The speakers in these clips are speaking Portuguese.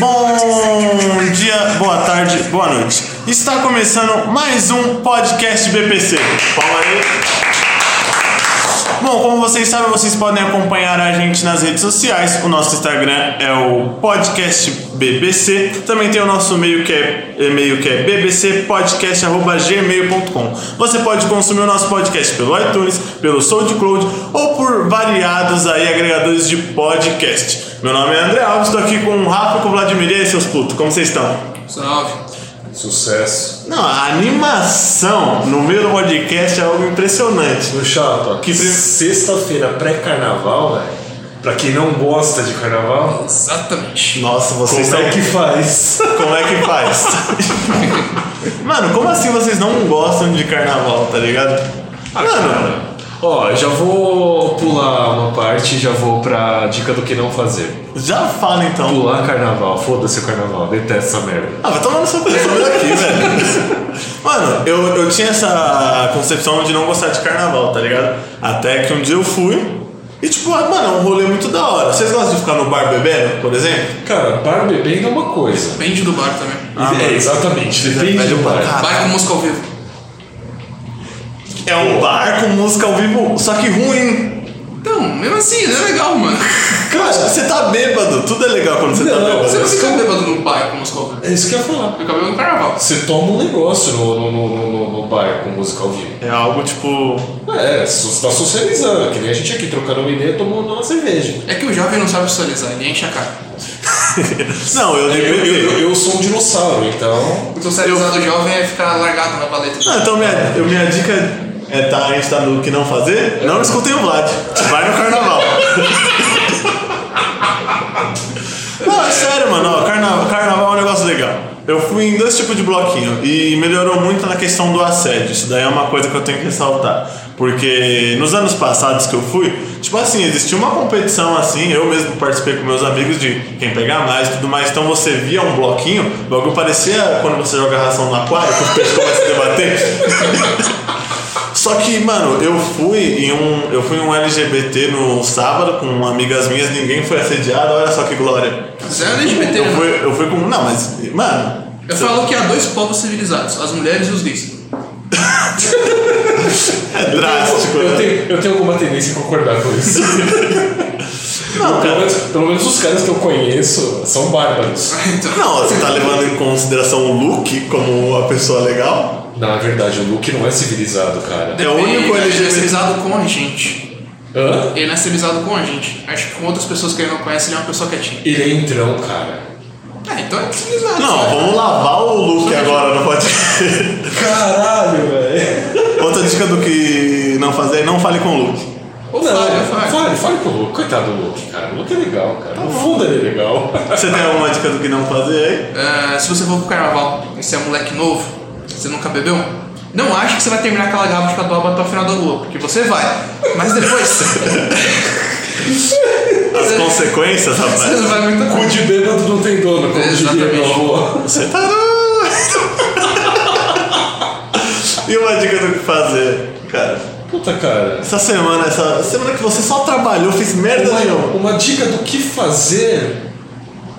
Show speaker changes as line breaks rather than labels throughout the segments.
Bom dia, boa tarde, boa noite. Está começando mais um podcast BPC. Palma aí. Bom, como vocês sabem, vocês podem acompanhar a gente nas redes sociais. O nosso Instagram é o podcast BBC. Também tem o nosso e-mail que é e-mail que é bbcpodcast@gmail.com. Você pode consumir o nosso podcast pelo iTunes, pelo SoundCloud ou por variados aí agregadores de podcast. Meu nome é André Alves, estou aqui com o Rafa, com o Vladimir e aí, seus putos. Como vocês estão?
Salve.
Sucesso.
Não, a animação no meio do podcast é algo impressionante.
No chato, ó.
Que prim-
Sexta-feira, pré-carnaval, velho. Pra quem não gosta de carnaval,
Exatamente.
Nossa,
como
vocês são
é que faz?
Como é que faz? Mano, como assim vocês não gostam de carnaval, tá ligado? Mano,
Ó, já vou pular uma parte e já vou pra dica do que não fazer.
já fala então.
Pular carnaval, foda-se o carnaval, detesto essa merda.
Ah, vai tomar no seu coração daqui, velho. Mano, eu, eu tinha essa concepção de não gostar de carnaval, tá ligado? Até que um dia eu fui e, tipo, ah, mano, é um rolê muito da hora. Vocês gostam de ficar no bar bebendo, por exemplo?
Cara, bar bebendo é uma coisa.
Depende do bar também.
Ah,
é,
mano.
exatamente, depende
Velho,
do bar.
cara.
Bar com música ao vivo.
É um bar com música ao vivo, só que ruim.
Então, mesmo assim, é legal, mano.
Cara, você tá bêbado. Tudo é legal quando você tá
Não,
bêbado.
Você não fica bêbado no bar com música ao vivo.
É isso que eu ia falar.
Fica bêbado no carnaval.
Você toma um negócio no, no, no, no- no- no bar com música ao vivo.
É algo, tipo,
É, você tá socializando, que nem a gente aqui trocando uma ideia tomando uma cerveja.
É que o jovem não sabe socializar, ele enche a cara.
Não, eu
Eu,
dei
eu- eu sou um dinossauro, então.
O socializar do jovem é ficar largado na paleta.
Não, então minha, eu- minha dica é tá, a gente tá no que não fazer, não escutem o Vlad. Vai no carnaval. Não, é sério, mano, ó, carnaval, carnaval é um negócio legal. Eu fui em dois tipos de bloquinho e melhorou muito na questão do assédio. Isso daí é uma coisa que eu tenho que ressaltar. Porque nos anos passados que eu fui, tipo assim, existia uma competição assim, eu mesmo participei com meus amigos de quem pegar mais e tudo mais. Então você via um bloquinho, logo parecia quando você joga ração no aquário, que os peixes começam a debater. Só que, mano, eu fui em um. Eu fui em um LGBT no sábado com amigas minhas, ninguém foi assediado, olha só que glória.
Você é LGBT,
Eu
né?
fui, eu fui com. Não, mas. Mano.
Eu falo que há dois povos civilizados, as mulheres e os gays.
É drástico.
Eu
né?
tenho, eu tenho alguma tendência a concordar com isso.
Não,
pelo,
cara.
menos, pelo menos os caras que eu conheço são bárbaros.
Então,
Não, você tá levando em consideração o Luke como a pessoa legal?
Na verdade, o Luke não é civilizado, cara.
É o único
ele, ele é
LGBT.
civilizado com a gente.
Hã?
Ele não é civilizado com a gente. Acho que com outras pessoas que ele não conhece, ele é uma pessoa quietinha.
Ele é entrão, cara.
É, então é civilizado.
Não,
sabe?
vamos lavar o Luke agora, não pode.
Caralho, velho.
Outra dica do que não fazer é não fale com o Luke.
Ou falha,
Não,
falha.
fale, fale com o Luke. Coitado do Luke, cara. O Luke é legal, cara. no fundo ele é legal.
Você tem alguma dica do que não fazer aí?
Ah, se você for pro carnaval e você é um moleque novo, você nunca bebeu, não acha que você vai terminar aquela garrafa de caduaba até o final da lua, porque você vai. Mas depois. você
As
é-
consequências, rapaz.
não vai muito
Cu de bêbado não tem dono, como diria
Exatamente.
meu avô.
Você tá doido. E uma dica do que fazer, cara.
Puta, cara.
Essa semana, essa semana que você só trabalhou, fez merda nenhuma.
Uma, uma dica do que fazer.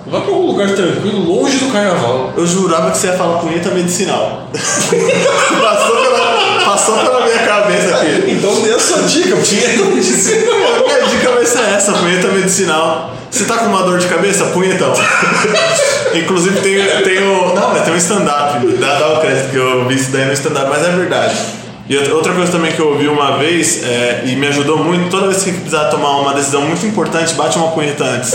Vá pra algum lugar tranquilo, longe do carnaval.
Eu jurava que você ia falar punheta medicinal. passou, pela, passou pela minha cabeça aqui.
Então dê a sua dica, porque eu disse.
Minha dica vai ser essa, punheta medicinal. Você tá com uma dor de cabeça? Punhetão. Inclusive tem, tem o. Não, mas tem um stand-up. Dá, dá o crédito que eu vi isso daí no stand-up, mas é verdade. E outra- outra coisa também que eu ouvi uma vez é, e me ajudou muito, toda vez que precisar tomar uma decisão muito importante, bate uma punheta antes.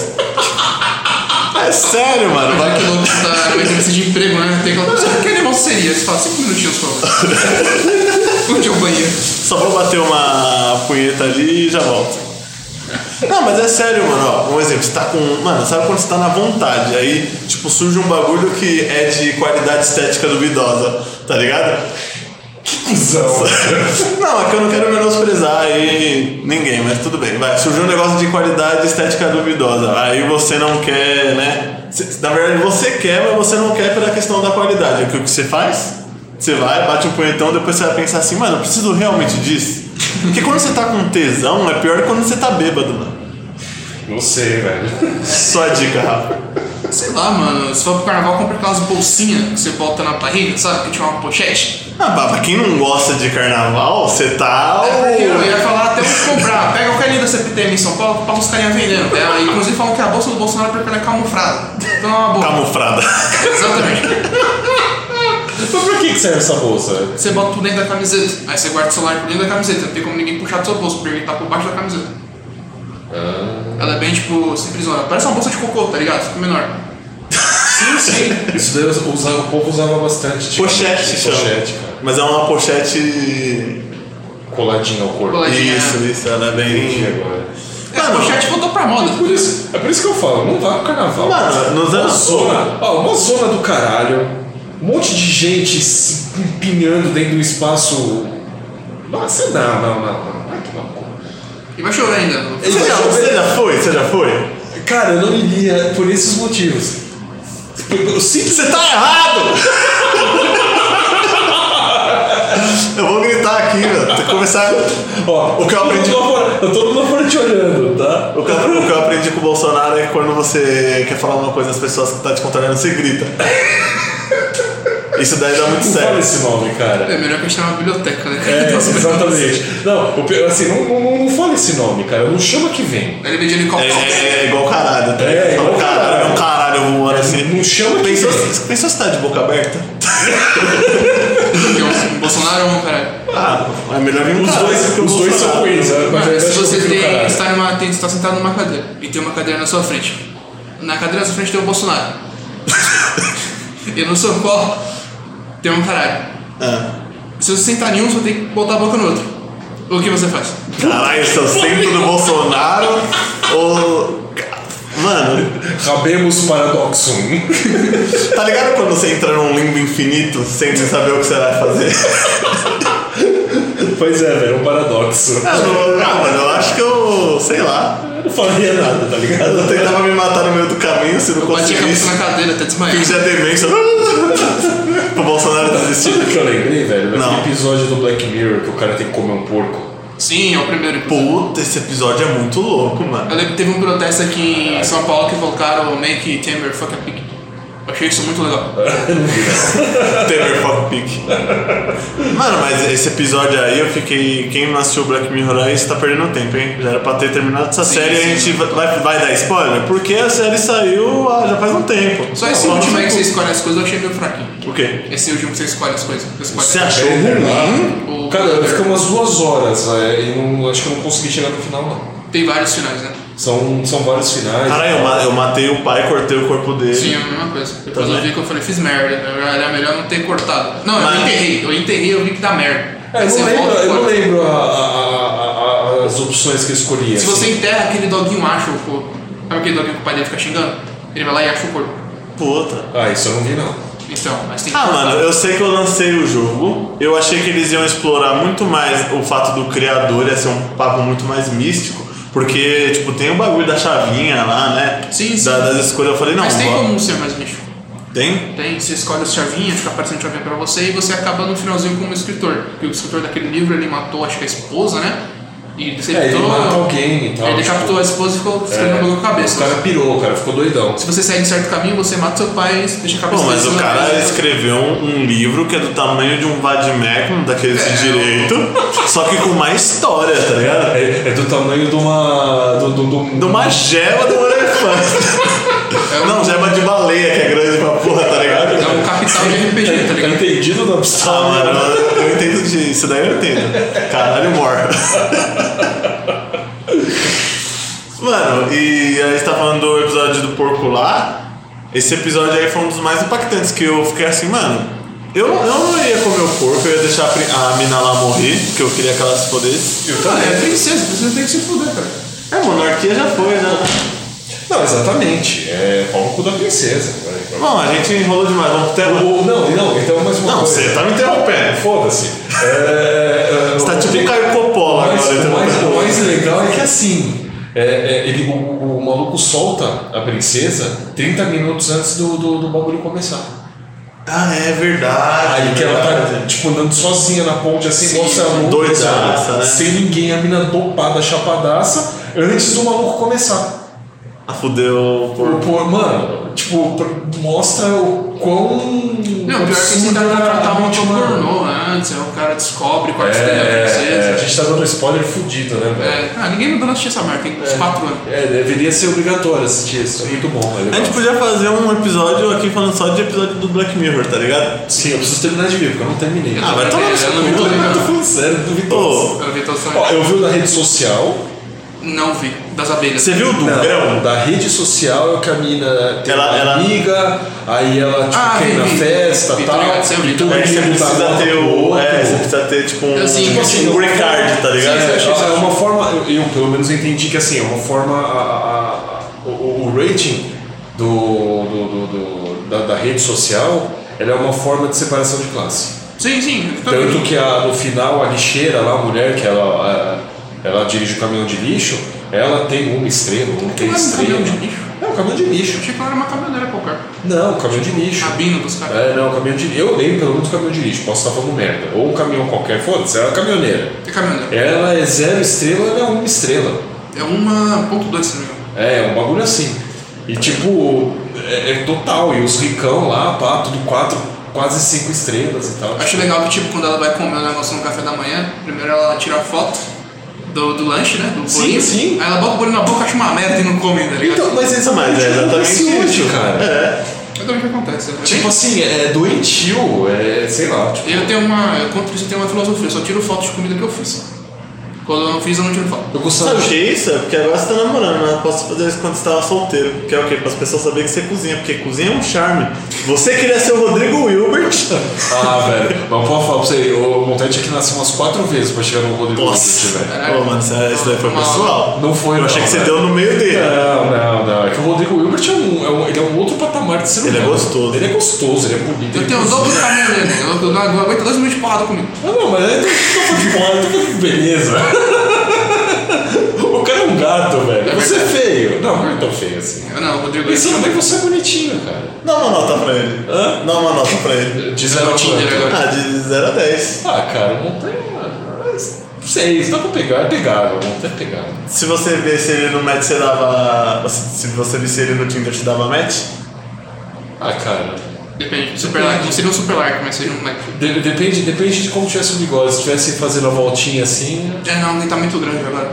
É sério, mano.
Vai
Vai
que
que-
louco tá uma entrevista de emprego, né? Tem aquela pessoa que animal seria? Você fala 5 minutinhos pra você. Onde é o banheiro?
Só vou bater uma punheta ali e já volto. Não, mas é sério, mano. Ó, um exemplo, você tá com. Mano, sabe quando você tá na vontade? Aí, tipo, surge um bagulho que é de qualidade estética duvidosa, tá ligado? Não, é que eu não quero menosprezar aí ninguém, mas tudo bem. Vai, surgiu um negócio de qualidade estética duvidosa. Aí você não quer, né? Cê- Na verdade, você quer, mas você não quer pela questão da qualidade. O que que você faz? Você vai, bate um punhetão, depois você vai pensar assim, mano, eu preciso realmente disso. Porque quando você tá com tesão, é pior que quando você tá bêbado, mano.
Não sei, velho.
Só a dica, Rafa.
sei lá, mano. Se for pro carnaval, compra aquelas bolsinhas que você bota na barriga, sabe? Que tinha uma pochete.
Ah, Baba, quem não gosta de carnaval, você tá.
Oh!
É porque eu ia falar até onde comprar. Pega o carinha da CPTM em São Paulo, paga os carinha vendendo. dela. E, inclusive falam que a bolsa do Bolsonaro porque ela é camuflada. Então é uma boa.
camufrada.
Exatamente.
Mas pra que que serve essa bolsa?
Você bota por dentro da camiseta. Aí você guarda o celular por dentro da camiseta. Não tem como ninguém puxar do seu bolso, porque ele tá por baixo da camiseta. Ela é bem, tipo, simplesona. Parece uma bolsa de cocô, tá ligado? Fica menor.
Sim, sim. Isso daí eu usava- o povo usava bastante. tipo,
Pochete, chama.
Pochete, cara.
Mas é uma pochete.
Coladinho ao corpo.
Coladinho. Tadinha.
Isso, isso, ela é
Entendi
bem.
agora.
É, a pochete voltou pra moda.
Por isso, é por isso que eu falo, não vá pro carnaval.
Mano, nos
Uma
anos-
zona, ó, uma zona do caralho, um monte de gente se empinhando dentro do espaço. Nossa, não, não, não, não. Ai, que maluco.
E vai chover ainda.
Ele
Você já,
vai
você
chover.
já foi? Você já foi?
Cara, eu não iria por esses motivos. Por- pelo simples-
Você tá errado! eu vou gritar aqui, velho. Tem que começar.
Ó,
O que eu aprendi-
Todo mundo lá fora, todo mundo lá fora te olhando, tá?
O que, eu, o que eu aprendi com o Bolsonaro é que quando você quer falar uma coisa às pessoas que tá te controlando, você grita. Isso daí dá muito
Não fala
certo.
esse nome, cara.
É melhor que a gente tenha uma biblioteca, né?
É,
Então, você-
exatamente. Não, o pior- assim, não, não, não fala esse nome, cara. Não chama que vem.
Ele veio de helicóptero.
É, é igual caralho, tá
É,
ligado?
igual
caralho,
caralho.
é um caralho voando assim.
Não chama que
Pensou,
vem.
pensou se tá de boca aberta?
Porque o Bolsonaro é um caralho.
Ah, é melhor vir um
Os
caralho
dois,
do que o
os dois são
Bolsonaro. é
ruins, né? mas
Mas
eu
se
acho que eu
você
prefiro o
tem,
caralho.
está, numa, tem, está sentado numa cadeira e tem uma cadeira na sua frente. Na cadeira na sua frente tem o Bolsonaro. e no seu colo tem um caralho.
Ah.
Se você sentar em um, você tem que botar a boca no outro. O que você faz?
Caralho, é se eu sento no Bolsonaro ou. Mano,
Rabemos Paradoxum.
tá ligado quando você entra num limbo infinito sem saber o que você vai fazer?
pois é, velho, é um paradoxo.
Ah, não, ah, mano, eu acho que eu. sei lá.
Eu não falaria nada, tá ligado?
Eu tentava me matar no meio do caminho, se não
Eu bati a cabeça
conseguisse.
na cadeira até desmaiar.
Fingia demência. Pro Bolsonaro tá desistir.
Sabe o que eu lembrei, velho?
Não.
Aquele episódio do Black Mirror que o cara tem que comer um porco.
Sim, é o primeiro episódio.
Puta, esse episódio é muito louco, mano.
Eu lembro que teve um protesto aqui em São Paulo que colocaram Make Chamber Fuck a Pig. Eu achei isso muito legal.
É,
Temer Fuck Pick. Mano, mas esse episódio aí eu fiquei. Quem não assistiu Black Mirror aí está perdendo tempo, hein? Já era pra ter terminado essa
Sim,
série e a
sim.
gente vai, vai- vai dar spoiler? Porque a série saiu ah, já faz um tempo.
é
Só esse
Não,
último aí que
não-
você escolhe as coisas eu achei meio fraquinho.
O quê?
Esse último que você escolhe as coisas. Você escolhe
Você
as
achou
Ele
ruim?
terminar.
O-
Cara, eu fiquei umas duas horas é, e não, acho que eu não consegui chegar no final, não.
coisas. Tem vários finais, né?
São, são vários finais.
Caralho, eu, ma- eu matei o pai, cortei o corpo dele.
Sim, é a mesma coisa. Depois eu
Também.
vi que eu falei, fiz merda. Na verdade, Era melhor não ter cortado. Não, eu
Mas-
enterrei. Eu enterrei eu vi que dá merda.
É,
Aí
eu
você
não lembro,
volta e
eu não
corta.
lembro a- a- a- a- as opções que eu escolhi.
Se
assim.
você enterra aquele doguinho acha o corpo. Sabe aquele doguinho que o pai dele fica xingando? Ele vai lá e acha o corpo.
Puta.
Ah, isso eu não vi, não.
Então, mas tem que
Ah,
cortar.
mano, eu sei que eu lancei o jogo. Eu achei que eles iam explorar muito mais o fato do criador ia ser um papo muito mais místico. Porque, tipo, tem o bagulho da chavinha lá, né?
Sim, sim.
Da- das escolhas. Eu falei, não,
Mas tem
vamos-
como ser mais bicho.
Tem?
Tem, você escolhe o chavinha, fica aparecendo chavinha pra você e você acaba no finalzinho como escritor. Porque o escritor daquele livro ele matou, acho que a esposa, né? E decapitou.
É, ele mata alguém e tal.
Ele decapitou
tipo,
a esposa e ficou
é,
escrevendo é, a
O
cabeça.
cara pirou, o cara ficou doidão.
Se você segue um certo caminho, você mata seu pai e deixa a cabeça
Bom, mas
dele
o
na
cara
mesa.
escreveu um, um livro que é do tamanho de um vademecum, daqueles de
É.
direito, só que com uma história, tá ligado?
É, é do tamanho de uma. Do, do, do-
De uma gema de um elefante.
É um-
Não, gema de baleia, que é grande pra porra, tá ligado?
É um capital de RPG, tá
Tá
ligado?
entendido da
Ah,
pistola?
mano, eu entendo disso, isso daí eu entendo. Caralho, mor. Mano, e a gente tá falando do episódio do porco lá. Esse episódio aí foi um dos mais impactantes, que eu fiquei assim, mano. Eu, eu não ia comer o porco, eu ia deixar a, pri- a mina lá morrer, porque eu queria que ela se fodesse.
Eu
Ah,
também.
é princesa, princesa tem que se fuder, cara.
É, monarquia já foi, né?
Não, exatamente. É pau no cu da princesa. né?
Bom, a gente enrolou demais, vamos pro tema.
Ou- não, não, então mais uma
Não,
coisa.
você tá me interrompendo.
Foda-se. É, é, é,
Você tá
o-
tipo o Caio Coppola
mas-
agora,
o mais,
interrompendo.
o mais legal é que assim. é, é, ele, o, o maluco solta a princesa 30 minutos antes do, do, do bagulho começar.
Ah, é verdade.
Aí que ela
verdade.
tá tipo andando sozinha na ponte assim,
Sim,
mostra a lua,
doidadaça, né?
sem ninguém, a mina dopada, chapadaça, antes do maluco começar.
a fuder Ah, o
Pô,
porco.
pô, mano, tipo, pr- mostra o quão.
Não, pior que você
tá
absurda
tentaram
a
tratar um
mente
tipo
humana.
pornô antes, aí o cara descobre o quarto dele da
É, é, a
princesa.
gente tá dando spoiler fudido, né, velho?
É, ah, ninguém no dono assistia essa merda, tem uns 4 anos.
É, deveria ser obrigatório assistir isso. É muito bom, velho.
A gente podia fazer um episódio aqui falando só de episódio do Black Mirror, tá ligado?
Sim, eu preciso terminar de ver, porque eu não terminei.
Ah, vai tomar no seu
Eu não vi
cu,
tudo,
né?
não.
tô falando sério, não vi todos.
Ô,
Eu vi todos os
Ó, eu vi o da rede social.
Não vi, das abelhas.
você viu o do
Não,
grão?
da rede social é o que a mina tem
Ela-
uma
ela-
amiga, aí ela tipo,
Ah,
quer ir na
vi, vi,
festa
vi,
e
vi,
tal.
tô ligado, você viu,
e
tô
todo
É que você
mundo tá
precisa
lá
ter
com
o.
outro.
É, você precisa ter tipo um.
Eu sim,
tipo
assim,
um
eu-
green card, tá ligado?
Sim,
É,
sim,
é uma forma, eu, eu, pelo menos entendi que assim, é uma forma, a- a- a- o, o rating do, do- do- do- da, da rede social, ela é uma forma de separação de classe.
Sim, sim. eu
Tanto
vi.
que a- no final a lixeira lá, a mulher que ela, a- ela dirige o caminhão de lixo, ela tem uma estrela, não tem
Não era um
estrela.
caminhão de lixo?
É um caminhão de
Eu
lixo.
achei que ela era uma caminhoneira qualquer.
Não, caminhão de lixo.
Cabina dos caras.
É, não, caminhão de Eu lembro pelo menos do caminhão de lixo, posso estar falando merda. Ou um caminhão qualquer, foda-se, ela é caminhoneira.
É caminhoneira.
Ela é zero estrela, ela é uma estrela.
É uma ponto dois, se não me engano.
É, um bagulho assim. E tipo, é, é total. E os ricão lá, pá, tudo quatro, quase cinco estrelas e tal.
Eu Acho legal que, tipo, quando ela vai comer o negócio no café da manhã, primeiro ela tira a foto do, do lanche, né? Do
Sim,
bolinho.
sim.
Aí ela bota o bolinho na boca, acha uma merda e não come, tá ligado?
Então, mas é exatamente,
Mas é exatamente
isso,
isso.
cara.
Eu também que acontece. né?
Tipo assim, é doentio, é sei lá. Tipo,
Eu tenho uma. Eu conto isso, eu tenho uma filosofia, eu só tiro foto de comida que eu fiz. Quando eu não fiz, eu não tiro foto.
eu
Sabe
gostava.
o que é isso? É Porque agora você tá namorando, mas posso fazer isso quando você tava solteiro. Que é o quê? Para as pessoas saberem que você cozinha, porque cozinha é um charme. Você queria ser o Rodrigo Wilbert.
Ah, velho. Mas eu posso falar pra você, o Montante tinha que nascer umas quatro vezes pra chegar no Rodrigo Montante,
Nossa,
velho.
Ô, mano, isso isso daí foi
Uma-
pessoal.
Não foi,
Eu achei
não,
que você
velho.
deu no meio dele.
Não, não, não. É que o Rodrigo Wilbert é um, é um- ele é um outro patamar de ser
Ele
humano.
é gostoso.
Ele é gostoso, ele é bonito.
Eu
ele
tenho o
cozinha.
dobro do tamanho dele, eu, eu, não- eu aguento dois minutos de porrada comigo.
Ah, não, mas eu tô falando de bola, tô falando de beleza. o cara é um gato, velho. Você é feio. Não, não é tão feio assim.
Eu não, Rodrigo.
Pensando bem, você é bonitinho, cara.
Dá uma nota pra ele.
Hã? é
Dá uma nota pra ele.
De
zero a Tinder
quanto?
agora.
Ah, de 0 a 10.
Ah, cara, montanha. mas Seis, dá pra pegar, é pegável, montanha é pegável.
Se você visse ele no match, você dava. Se você visse ele no Tinder, te dava match?
Ah, cara.
Depende, super like. Não seria um super like, mas seria um like.
de- depende, depende de como tivesse o bigode. Se tivesse fazendo a voltinha assim.
É, não, ele tá muito grande agora.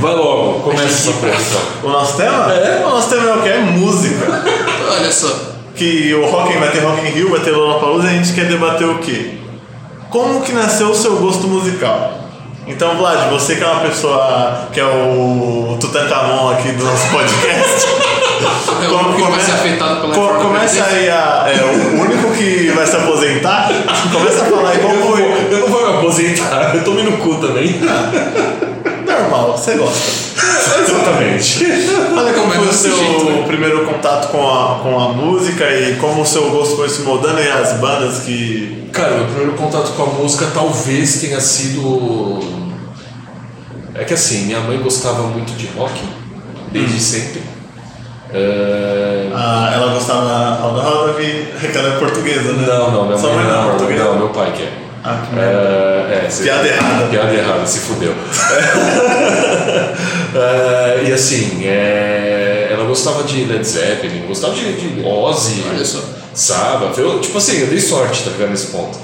Vai logo, começa essa porra.
O nosso tema?
É.
O nosso tema é o que? É música.
Eu- Olha só.
que o Rock in- vai ter Rock in Rio, vai ter Lollapalooza, a gente quer debater o quê? Como que nasceu o seu gosto musical? Então, Vlad, você que é uma pessoa que é o Tutankamon aqui do nosso podcast.
Eu
como-
como É que vai
começa-
ser afetado pela
co-
reforma
começa
previdenciária.
aí a, é, o único que vai se aposentar, começa a falar aí como foi.
Eu não vou me aposentar, eu tomei no cu também.
Normal, você gosta.
Exatamente.
Fala como é
Mas
foi o
desse
seu
jeito, né?
primeiro contato com a, com a música e como o seu gosto foi se moldando e as bandas que.
Cara, meu primeiro contato com a música talvez tenha sido. É que assim, minha mãe gostava muito de rock, desde sempre. É,
ah, ela gostava da Roda Roda, que aquela é portuguesa, né?
Não, não, minha
Sua
mãe
mãe não é
não,
portuguesa.
não, meu pai que é.
Ah, que merda.
É, é, se-
Piada errada.
Piada errada, se fudeu. É, e assim, é, ela gostava de Led Zeppelin, gostava de, de Ozzy,
Olha só.
Saba. Eu, tipo assim, eu dei sorte, tá ligado, nesse ponto.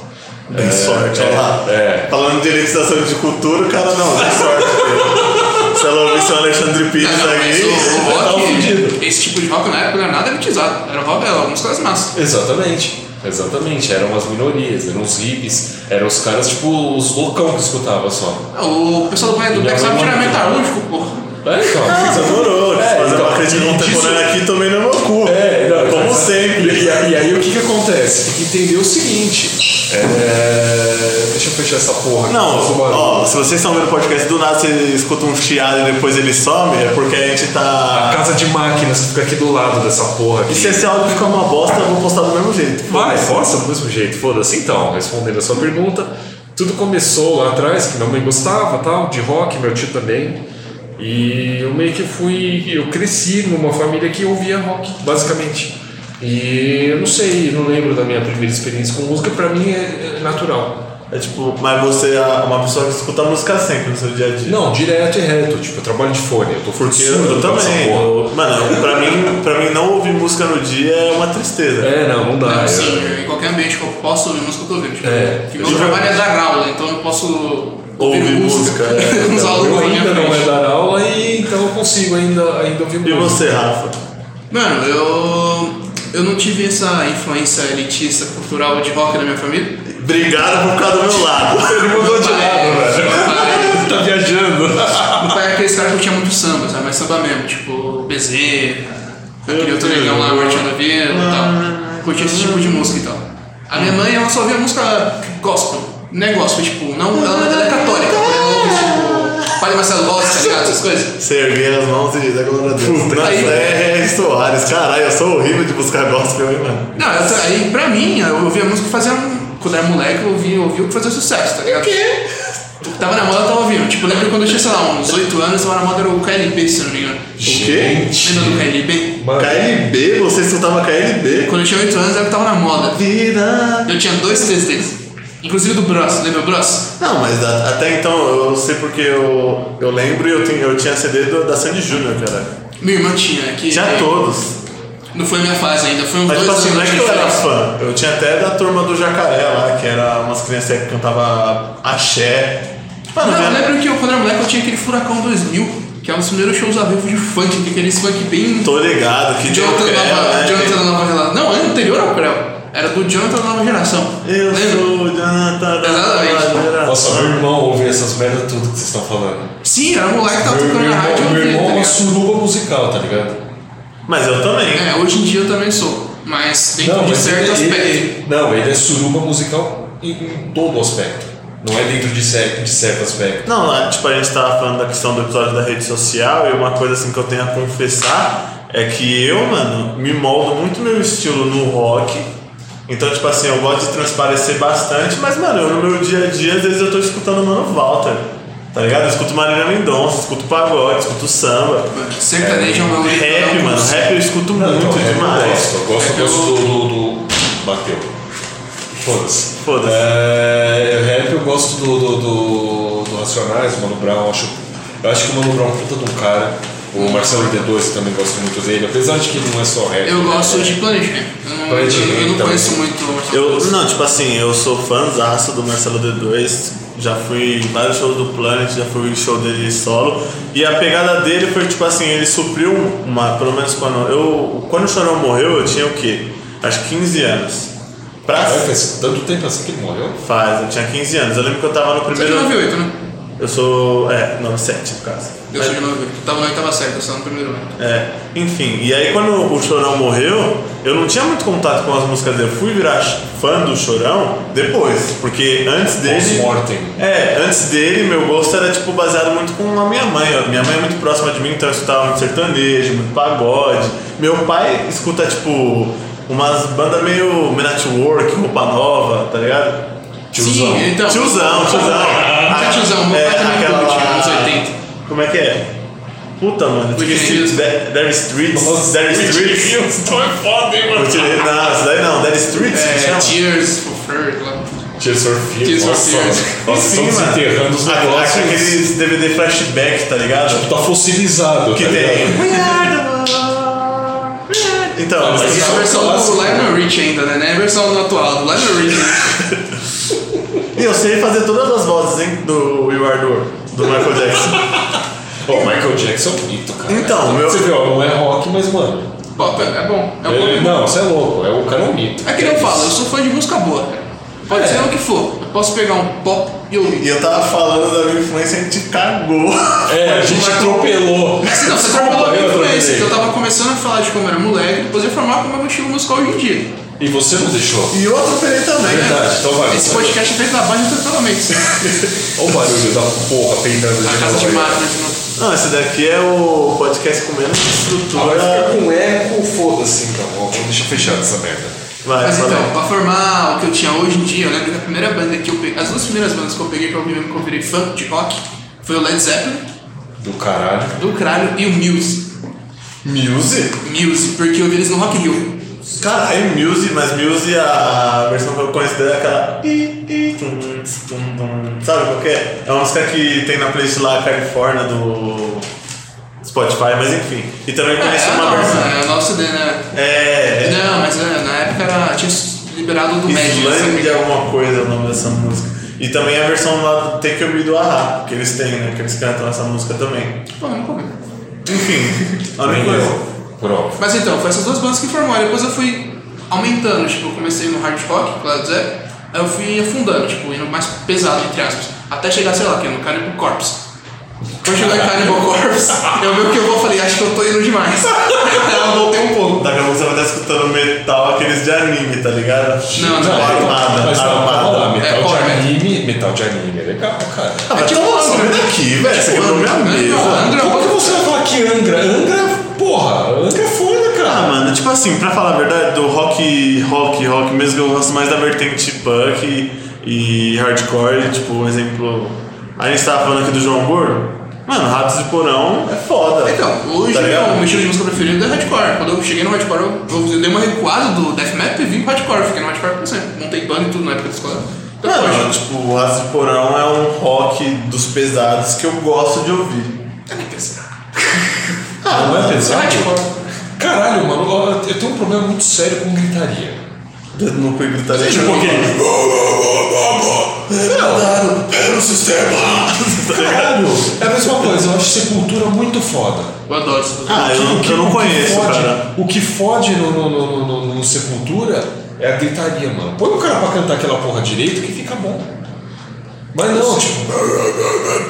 Dei sorte,
é,
olha lá.
é.
Falando de legislação de cultura, o cara não, dei sorte. filho. se ela ouvisse o Alexandre Pires
Ah, não, mas
aí,
o, o
vai dar um fudido.
rock, esse tipo de rock na época não era nada elitizado. Era rock, era algumas coisas massas.
Exatamente, exatamente. Eram as minorias, eram os hippies, eram os caras, tipo, os loucão que escutava só.
É, O pessoal do Black do Black Sabbath era metalúrgico, porra.
É, então,
Você adorou,
É,
fazer
então,
uma crítica
e
contemporânea aqui tomei no meu cu.
É, não,
Como
mas-
sempre.
E, e aí o que que acontece? Tem que entender o seguinte. é, Deixa eu fechar essa porra. aqui,
Não,
faz um barulho.
ó, se vocês estão vendo o podcast do nada, você escuta um chiado e depois ele some, é porque a gente
A
tá.
casa de máquinas que fica aqui do lado dessa porra aqui.
E se esse áudio ficar uma bosta, eu vou postar do mesmo jeito.
Vai, força do mesmo jeito, foda-se. Então, respondendo a sua pergunta, tudo começou lá atrás, que minha mãe gostava, tal, de rock, meu tio também. E eu meio que fui. Eu cresci numa família que ouvia rock, basicamente. E eu não sei, eu não lembro da minha primeira experiência com música, pra mim é é natural.
É tipo, mas você é uma pessoa que escuta música sempre no seu dia a dia.
Não, direto e reto. Tipo, eu trabalho de fone, eu tô
Porque
surdo
eu
com essa
também.
porra.
eu- Mano, pra mim, pra mim não ouvir música no dia é uma tristeza.
É, não, não dá.
Sim,
eu-
em qualquer ambiente que Ah, eu posso ouvir música, eu tô ouvindo. Tipo,
É.
que meu trabalho é dar aula, então eu posso
Ouvir música, é.
Nos
Não,
alunos
então, eu
na minha
ainda não
frente.
é dar aula e então eu consigo ainda, ainda ouvir
E
música.
você, Rafa?
Mano, eu. Eu não tive essa influência elitista cultural de rock na minha família.
Obrigado por ficar do meu lado.
Ele mudou de lado, velho.
Meu pai-
Tá viajando.
meu pai era aqueles caras que tinha muito samba, sabe? Mas samba mesmo, tipo BZ, aquele outro negão lá, Martin Laviero e tal. Curtia esse tipo de música e tal. A minha mãe, ela só via música gospel. Não é gospel, tipo, não, ela, ela é católica. Ela ouve, tipo, Padre Marcelo Rossi, tá ligado? Essas coisas.
Você erguei as mãos e diz, é glória a Deus.
Puta,
Nossa,
aí-
é, é Soares. Caralho, eu sou horrível de buscar gospel, hein, mano?
Não, eu, aí pra mim, eu ouvia música fazendo. Quando era moleque, eu ouvia, eu ouvia o que fazia sucesso, tá ligado? O quê? Tava na moda, eu tava ouvindo. Tipo, eu lembro quando eu tinha, sei lá, uns 8 anos, tava na moda era o KLB, se eu não me engano. Lembra do KLB?
Mano,
KLB? Você escutava KLB?
Quando eu tinha 8 anos, era o que tava na moda.
Vida.
Eu tinha dois CDs deles. Inclusive do Bros, lembra o Bros?
Não, mas a- até então eu sei porque eu, eu lembro e eu, tenho- eu tinha CD do- da Sandy Júnior, cara.
Minha irmã tinha, que
Tinha todos.
não foi a minha fase ainda, foi uns
Mas,
dois
tipo assim, não é
anos
que eu era
diferentes.
fã. Eu tinha até da turma do jacaré lá, que era umas crianças que cantavam axé. Tipo, ah, Mano,
Não, eu
minha-
lembro que eu, quando era moleque, eu tinha aquele Furacão 2000, que é um dos primeiros shows ao vivo de funk, que é aqueles funk bem
tô ligado que tinha o
Jonathan,
Creu,
Nova,
né?
Jonathan da Nova Geração. Não, é anterior ao Creu. Era do Jonathan da Nova Geração.
Eu
Lembra?
sou o Jonathan da
Exatamente.
nova geração.
Nossa, meu irmão ouve essas merdas tudo que vocês estão falando.
Sim, era um moleque que tava
Meu, meu
tocando na rádio.
irmão,
eu
meu
ouvia,
irmão é
tá
uma
ligado?
suruba musical, tá ligado?
Mas eu também.
É, hoje em dia eu também sou. Mas dentro
Não,
de
mas
certo
ele,
aspecto.
ele, não, ele é suruba musical em, em todo aspecto. Não é dentro de certo, de certo aspecto.
Não, lá, tipo, a gente tava falando da questão do episódio da rede social e uma coisa assim que eu tenho a confessar é que eu, mano, me moldo muito meu estilo no rock. Então, tipo assim, eu gosto de transparecer bastante, mas, mano, eu, no meu dia a dia, às vezes eu tô escutando Mano Walter, tá ligado? Eu escuto Marília Mendonça, escuto pagode, escuto samba.
Sertanejo é uma
Rap, mano, rap eu escuto muito
então, eu
demais.
gosto, eu gosto, eu
É que eu-
gosto do, do, do- Bateu. Foda-se.
Foda-se.
É, rap eu gosto do, do, do, do Racionais, Mano Brown. Acho, eu acho que o Mano Brown é um puta de um cara. O Marcelo D2 também gosto muito dele, apesar de que ele não é só rap.
Eu
né?
gosto de Planet Ramp. Eu não,
Planet
eu, eu
Ramp
não
também.
conheço muito.
então. Eu, não, tipo assim, eu sou fãzaço do Marcelo D2, já fui em vários shows do Planet, já fui em show dele solo. E a pegada dele foi tipo assim, ele supriu uma, pelo menos quando eu. Quando o Chorão morreu, eu tinha o quê? Acho que 15 anos. Pra
Caralho, faz tanto tempo assim que ele morreu.
faz, eu tinha 15 anos. Eu lembro que eu tava no
Você é de
primeiro.
98, né?
Eu sou. É, 97 no caso.
Eu sou de 98. Então, Eu tava na oitava série, eu estava no primeiro ano.
É, enfim, e aí quando o Chorão morreu, eu não tinha muito contato com as músicas dele. Eu fui virar ch- fã do Chorão depois, porque antes dele.
Post-mortem.
É, antes dele, meu gosto era tipo baseado muito com a minha mãe. ó. Minha mãe é muito próxima de mim, então eu escutava muito sertanejo, muito pagode. Meu pai escuta tipo umas bandas meio Network, roupa nova, tá ligado?
Tiozão.
Sim, então.
Tiozão, tiozão.
Ah, tiozão, meu
é,
pai também
aquela...
curte, anos 80.
Como é que é? Puta, mano.
Whitney
Esqueci.
Houston.
Dead Dead Streets. Dead Streets.
Houston é foda, hein,
Eu tirei- Não, isso daí não. Dead Streets. que
É,
chama?
Tears for Fear, lá.
Tears for Fears.
Tears for
nossa,
Fears.
Nossa,
Enfim,
estão
mano.
desenterrando os
Ah,
negócios.
Aqueles DVD flashback, tá ligado?
Tipo,
Tá fossilizado,
Que
tá
tem.
ligado?
We are the world. We are the- Então,
Ah, mas
mas-
E a
Isso é um
versão
clássico,
do Lionel Rich ainda, né? Não é a versão do atual, do Lionel Rich.
e eu sei fazer todas as vozes, hein? Do You Are the World, do Michael Jackson.
Pô, Michael Jackson é um mito, cara.
Então, meu-
Você viu, não é rock, mas, mano...
Pop, é bom. É
ele-
bom.
não, você é louco. É, o cara é um mito.
É que nem eu falo, eu sou fã de música boa, cara. Pode
É.
ser o que for. Eu posso pegar um pop e eu.
E eu tava falando da minha influência, a gente cagou.
É, a gente atropelou.
Assim, não, você
Desculpa,
trabalhou
eu
minha influência, então tá
atropelei.
que eu tava começando a falar de como eu era moleque, depois eu ia formar como é meu estilo musical hoje em dia.
E você não deixou.
E outro peraí também, né?
Verdade, então vai.
Esse podcast é feito na base do tratamento.
Olha o barulho da porra peidando de
Na casa de
novo aí.
mato, né? senão-
Não, esse daqui é o podcast com menos
Ah,
estrutura.
vai ficar com eco, foda-se, então. Ó, Vamos deixar fechado essa merda.
Vai,
Mas
fala
então,
aí.
pra formar o que eu tinha hoje em dia, eu lembro que a primeira banda que eu peguei, as duas primeiras bandas que eu peguei que eu mesmo que eu virei fã de rock, foi o Led Zeppelin,
Do caralho.
do Cralho e o Muse.
Music?
Muse, porque eu vi eles no Rock in Rio.
Cara, é Muse, mas Muse, a versão que eu conheço dela é aquela. i, i, tum, tum, tum. Sabe qual que é? É uma música que tem na playlist lá Califórnia do Spotify, mas enfim. E também conheço
é, a
Ah, uma
nossa,
versão.
é o nosso CD, né?
É. é
Não, mas é, na época era, tinha liberado do Magic. sabe?
Islândia alguma coisa é o nome dessa música. E também a versão lá do Take a Me do Ahá, que eles têm, né? Que eles cantam essa música também.
Pô, nunca ouvi.
Enfim, a única
Nem
coisa.
eu. Pronto.
Mas então, foi essas duas bandas que formaram. Depois eu fui aumentando, tipo, eu comecei no hard rock, claro Zé. Aí eu fui afundando, tipo, indo mais pesado, entre aspas. Até chegar, sei lá, que no Cannibal Corpse. Quando chegar em Cannibal Corpse, eu vi o que eu vou falei, acho que eu tô indo demais. Aí eu voltei um pouco.
Daqui a pouco você vai estar escutando metal, aqueles de anime, tá ligado?
Não, não,
tá
armada,
mas não, calma lá,
armada.
metal
É,
de
porra,
anime, metal de anime é legal, cara.
Ah, mas
Vai
tipo,
tomar
Angra,
uma daqui, velho. É, Você quebrou minha
Angra,
mesa.
Angra,
Como que você vai falar que Angra? Angra, porra, Angra é foda,
Ah,
cara.
mano, tipo assim, pra falar a verdade, do rock, rock, rock mesmo, eu gosto mais da vertente punk e, e hardcore. Tipo, um exemplo. A gente tava falando aqui do João Gordo. Mano, Ratos de Porão é foda.
Então, hoje
tá ligado?
o meu estilo de música preferido é hardcore. Quando eu cheguei no hardcore, eu, eu dei uma recuada do death metal e vim pro hardcore. Fiquei no hardcore pra sempre. Montei banda e tudo na época da escola. Então,
Mano,
hoje,
tipo, o Ratos de Porão é um rock dos pesados que eu gosto de ouvir.
eu nem pensar.
Não é
Isso é
pesado?
hardcore.
Caralho, mano, ó, eu tenho um problema muito sério com gritaria.
Não fui gritar
Você é?
tipo
jogou
aquele.
Não,
Era o sistema!
caralho, é a mesma coisa, eu acho Sepultura muito foda.
Eu adoro isso.
Ah, eu
tipo
não, eu não conheço,
fode,
cara.
O que fode no, no, no, no- no- no Sepultura é a gritaria, mano. Põe o cara pra cantar aquela porra direito que fica bom. Mas não, tipo.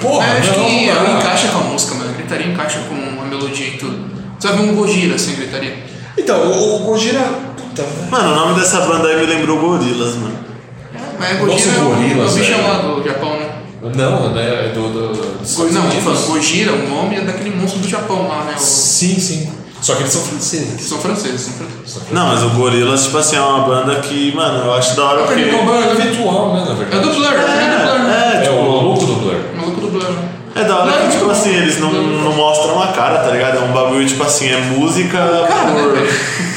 Porra,
É, eu acho
não,
que
cara.
ela encaixa com a música, mano. A gritaria encaixa com a melodia e tudo. Você vai ver um Gojira sem gritaria.
Então, o, o Gojira. Puta, velho.
Mano, o nome dessa banda aí me lembrou Gorilas, mano.
Mas
Nossa,
Gojira é um-
Gorillaz,
é um bicho
velho.
lá do Japão, né?
Não, né? é Do, do, dos
Go-
Estados
Não,
Unidos.
falando, Gojira, o nome é daquele monstro do Japão lá, né? O-
Sim, sim. Só que eles são franceses.
São franceses, são franceses.
Só que-
Não, mas o Gorilas, tipo assim, é uma banda que, mano, eu acho da hora
É
porque.
uma banda virtual, né? Na
É
verdade.
do Blur, é do Blur. né?
É, é,
É o maluco do Blur.
O Maluco do Blur. né?
é da hora
Não,
que, tipo
não.
assim, eles não, não mostram a cara, tá ligado? É um bagulho, tipo assim, é música
Cara, né,
por.
velho?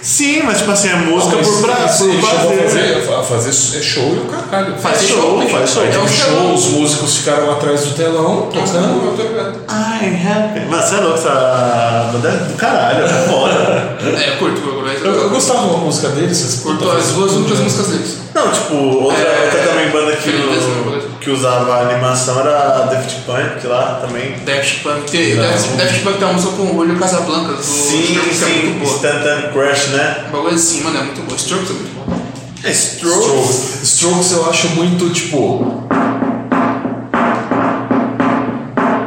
Sim, mas tipo assim, é música
Não, mas
por, pra,
eles-
por
eles chegam a
prazer.
fazer, a fazer é show e o caralho.
Faz
show,
né?
faz show.
É um
Teve show,
show.
os músicos ficaram atrás do telão, tocando. eu tocando.
Ai, happy. Mano, você é louco, essa banda é do caralho, é foda.
É, eu curto o Blur.
Eu, eu gostava da música deles, vocês
Curto as duas únicas músicas deles.
Não, tipo, outra,
É,
outra também banda que,
Feliz
o-
Dezembro.
que usava animação era a Daft Punk lá também.
Daft Punk. tem- Daft Daft Punk tem uma música com o olho Casablanca do
Sim,
Strokes, que é
sim,
muito boa.
Stanton Crash, né?
Um bagulho assim, mano, é muito boa. Strokes é muito boa.
É
Strokes. Strokes eu acho muito tipo.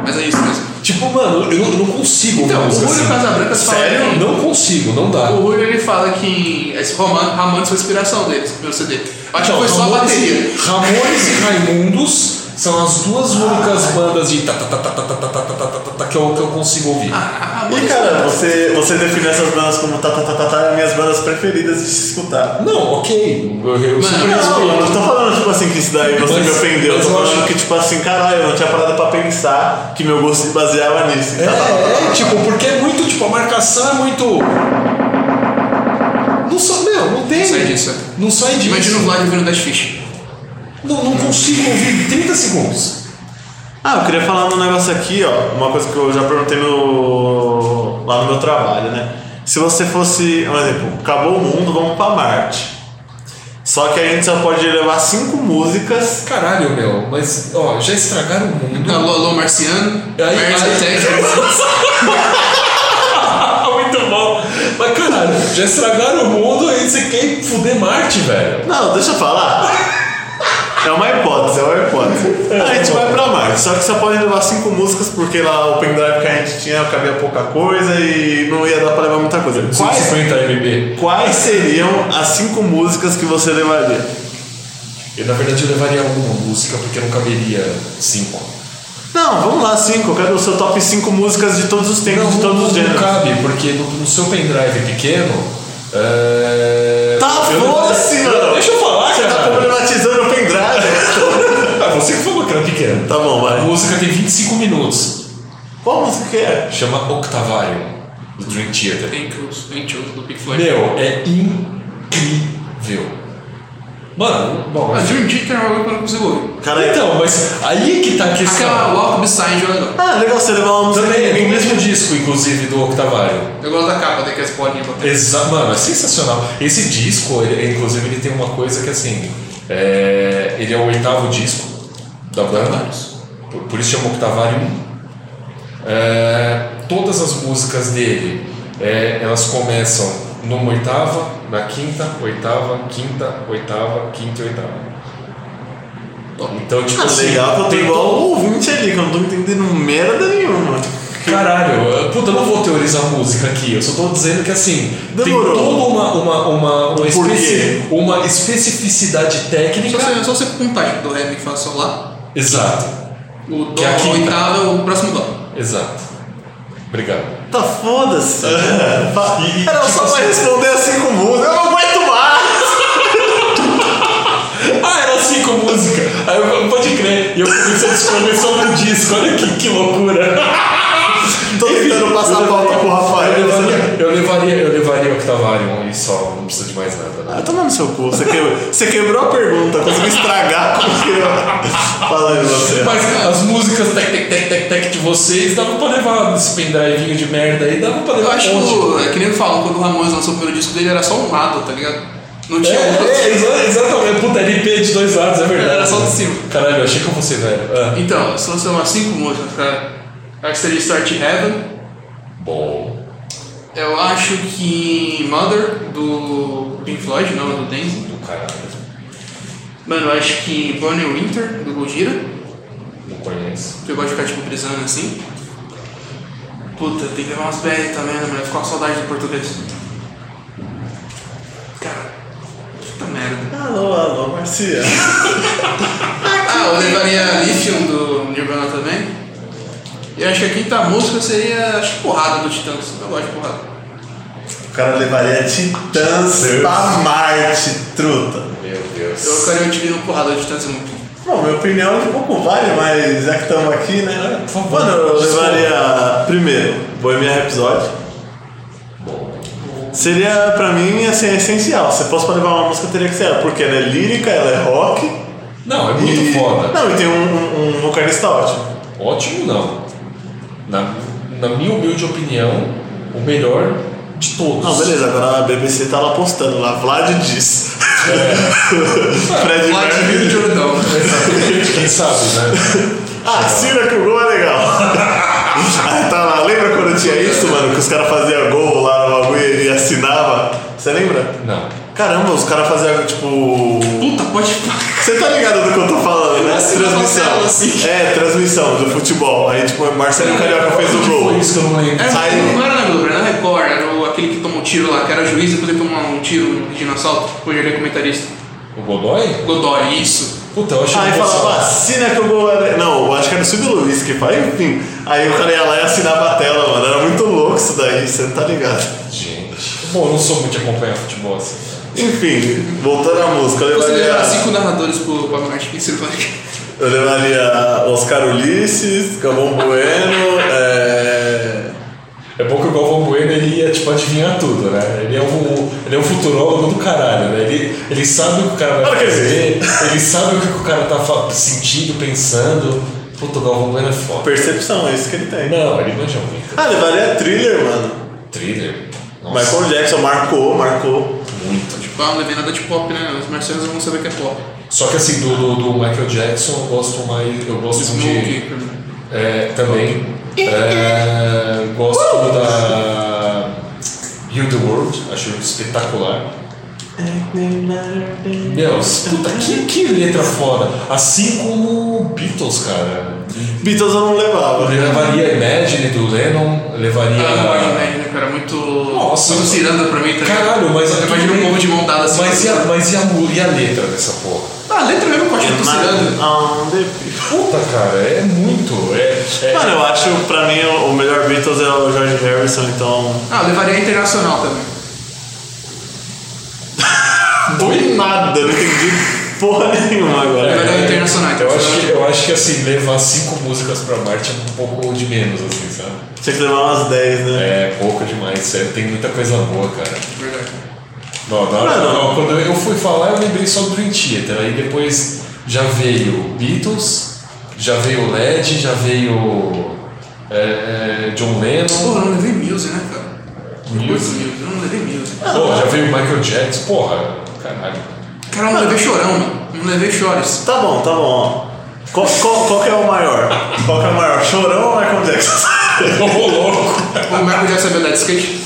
Mas é isso mesmo.
Tipo, mano, eu não, eu não consigo ouvir
Então, o
música
Rúlio
assim.
Casabranca fala.
Sério?
que- é
Não consigo, não dá.
O Rúlio ele fala que esse Romano, Ramones foi a inspiração deles, pelo CD. Eu Acho que foi só a
Ramones e-
bateria. Ah,
Ramones e Raimundos são as duas únicas bandas de tá, tá, tá, tá, tá, tá, tá, tá, tá, tá, tá, tá, que eu, que eu consigo ouvir.
Ah, Ramones.
E cara, você, você define essas bandas como tá, tá, tá, tá, tá, é minhas bandas preferidas de se escutar.
Não, ok. Eu, eu super
Não,
Não,
respeito.
eu não tô falando tipo assim que isso daí você
Mas-
me ofendeu, eu tô
mas eu
falando
acho-
que tipo assim, caralho, eu não tinha parado pra pensar que meu gosto se baseava nisso.
É,
tá, tá, tá, tá, tá,
é,
tá.
tipo, porque é muito, tipo, a marcação é muito. Não sai, meu, não tem.
Não sai disso, é.
Não sai disso.
Imagina o Vlad ouvindo Dash Fish.
Não, não consigo ouvir 30 segundos.
Ah, eu queria falar um negócio aqui, ó. Uma coisa que eu já perguntei no... lá no meu trabalho, né? Se você fosse, por exemplo, acabou o mundo, vamos pra Marte. Só que a gente só pode levar cinco músicas.
Caralho, meu, mas, ó, já estragaram o mundo.
Alô, alô, Marciano.
Aí-
Mars
aí-
Attack.
muito bom. Mas, caralho, já estragaram o mundo e você quer fuder Marte, velho.
Não, deixa eu falar. É uma hipótese, é uma hipótese. A gente vai pra Marte, só que só pode levar cinco músicas porque lá o pendrive que a gente tinha cabia pouca coisa e não ia dar pra levar muita coisa. Quais,
150 MB.
quais seriam as cinco músicas que você levaria?
Eu, na verdade, eu levaria uma música porque não caberia cinco.
Não, vamos lá, cinco. Eu quero o seu top 5 músicas de todos os tempos, de todos os gêneros.
cabe, porque no, no seu pendrive pequeno. É...
Tá,
eu-
foda-se, mano.
Deixa eu falar,
Você tá
cara.
problematizando o pendrive.
Ah, você que falou que era pequeno.
tá bom,
A
vai.
música tem 25 minutos.
Qual música que é?
Chama Octavário. do Dream Theater.
Angels, Angels do Pink Floyd.
Meu, é incrível. Mano, bom.
Mas Dream Theater é um bagulho que eu não consigo ouvir.
Cara,
Então, mas aí é que tá a questão.
Aquela Walk Beside eu adoro.
Ah, legal você levar uma música.
Também é do mesmo disco, inclusive, do Octavário.
Eu gosto da capa, daquelas bolinhas batendo.
Exa mano, é sensacional. Esse disco, ele- inclusive, ele tem uma coisa que assim. é, ele é o oitavo disco da banda. Por, por isso chama Octavário 1. É, todas as músicas dele, é, elas começam numa oitava, na quinta, oitava, quinta, oitava, quinta e oitava. Então, tipo
Ah,
assim,
legal que eu tô
tem
igual o ouvinte ali, que eu não tô entendendo merda nenhuma.
Caralho, eu- puta, eu não vou teorizar música aqui, eu só tô dizendo que assim,
Demorou.
tem toda uma, uma, uma, uma,
Por quê?
especi- uma especificidade
Só
técnica.
você, só você contar tipo, do Ré, Mi, Fá, Sol, Lá.
Exato,
O
Que
Dó,
é a
o
quinta.
oitavo é o próximo Dó.
exato. Obrigado.
Tá foda-se. Fa-
E- e,
Era
tipo
só pra
assim-
responder assim com música. Eu não aguento mais!
Ah, era assim com música. Aí eu, pode crer. E eu comecei a descobrir sobre o disco. Olha que, que loucura.
Tô tentando passar a pauta pro Rafael.
Eu
você-
levaria, eu levaria, eu levaria o Octavarium e só, não precisa de mais nada. Né?
Ah, toma no seu cu. Você quebrou, você quebrou a pergunta, conseguiu estragar como que eu. Fala aí você.
Mas as músicas tec, tec, tec, tec, tec de vocês dava pra levar esse pendrivinho de merda aí, dava pra
Eu
levar
acho
um monte.
que, é que nem falam, quando o Ramones lançou o primeiro disco dele era só um lado, tá ligado? Não
É,
tinha outro.
é, exa- exatamente. Puta, LP de dois lados, é verdade.
Era só de cima.
Caralho, eu achei que eu fosse velho. Ah.
Então, se lançou umas cinco músicas, cara. Acho que seria Start Heaven.
Bom.
Eu acho que Mother, do Pink Floyd, não, do Dance.
Do caralho.
Mano, eu acho que Bonnie Winter, do Gojira,
Não conheço.
que eu gosto de ficar tipo brisando assim. Puta, tem que levar umas BR também, né, mano? Ficou com saudade do português. Cara, puta merda.
Alô, alô, Marcia.
Ah, eu levaria Lithium do Nirvana também. E acho que a quinta música seria, acho que porrada do Titãs. Eu gosto de porrada.
O cara levaria titãs pra Marte, truta.
Meu
Eu
Deus.
ficaria um utilizando porrada do Titãs muito.
Bom, minha opinião de pouco vale, mas já que estamos aqui, né?
É, Por favor.
Mano, eu levaria primeiro Bohemian Rhapsody. Seria, pra mim, assim, essencial. Se fosse pra levar uma música, teria que ser ela, porque ela é lírica, ela é rock.
Não, é muito
e...
foda.
Não, e tem um, um, um vocalista ótimo.
Ótimo, não. Na, na minha humilde opinião, o melhor de todos.
Não, beleza, agora a BBC tá lá postando lá, Vlad diz.
É.
Fred
né?
Vladimir
Mercury.
e Jordão.
Exatamente, Quem sabe, né?
Ah, assina que o gol é legal. Aí tá lá, lembra quando tinha isso, mano? Que os caras faziam gol lá no bagulho e assinava. Você lembra?
Não.
Caramba, os caras faziam tipo.
Puta, pode falar.
Você tá ligado do que eu tô falando, né?
Assinava tela, assim.
É, transmissão do futebol. Aí, tipo, o Marcelo Carioca fez o
Que
gol.
Foi isso que eu não lembro.
Era,
Sai-
É, não era na Globo, era na Record, era o- aquele que tomou um tiro lá, que era juiz, depois ele tomou um tiro de um assalto, depois ele é comentarista. É.
O Godoy?
Godoy, isso.
Puta, eu achei
Aí
que
falava, assina que o gol é. le-" Não, eu acho que era o Silvio Luiz que faz, enfim. Aí o cara ia lá e assinava a tela, mano. Era muito louco isso daí, você não tá ligado.
Gente. Bom, eu não sou muito de acompanhar futebol assim.
Enfim, voltando à música, eu
Você
levaria.
levar cinco narradores pro Bob Martin e Silvânia.
Eu levaria Oscar Ulisses, Galvão Bueno, é...
É bom que o Galvão Bueno ele ia tipo adivinhar tudo, né? Ele é um, ele é um futurólogo do caralho, né? Ele, ele sabe o que o cara
Ah,
vai
quer
fazer, ele sabe o que o cara tá fa- sentindo, pensando. Puta, o Galvão Bueno é foda.
Percepção, é isso que ele tem.
Não, ele manja muito. é um
Ah, levaria Thriller, mano.
Thriller. Nossa,
Michael Jackson marcou, marcou.
muito.
Tipo, ah, não levei nada de pop, né? Os marcianos vão saber que é pop.
Só que assim, do, do, do Michael Jackson eu gosto mais. Eu gosto de.
Smoke, pra mim.
É, também. É, gosto da. Heal the World, acho espetacular. Meu, puta, que, que letra foda. Assim como Beatles, cara.
Beatles eu não
Eu
levava.
levaria Imagine do Lennon, levaria.
Ah, não gosto de Nerd, né, cara? Muito.
Nossa.
Muito ciranda pra mim, tá ligado?
Caralho, mas. é
Eu imagino um povo de mão dada assim.
Mas e a, É mas e a, mu- e a letra dessa porra?
Ah, a letra mesmo, eu gosto muito ciranda.
On the beat.
Puta, cara, é muito. É, é-
Mano, eu acho, pra mim, o melhor Beatles é o George Harrison, então...
Ah, eu levaria a internacional também.
Do nada, não entendi porra nenhuma agora.
Agora é internacional.
Eu
então,
acho, que, eu acho que assim, levar cinco músicas pra Marte é um pouco de menos, assim, sabe?
Tinha que levar umas 10, né?
É pouco demais, sério. Tem muita coisa boa, cara.
Verdade.
Não, na hora-
Não, não.
não, quando eu fui falar, eu lembrei só do Dream Theater. Aí depois já veio Beatles, já veio LED, já veio é, é, John
Pô, eu
Lennon,
não levei Muse, né, cara? Muse? Muse. Eu não levei Muse.
pô, já veio Michael Jackson, porra, caralho.
Cara, eu não levei Chorão, mano. Não levei Chores.
Tá bom, tá bom, ó. Qual, qual, qual que é o maior? Qual que é o maior? Chorão ou Michael Jackson?
Ô, louco!
O Michael Jackson sabia andar de skate?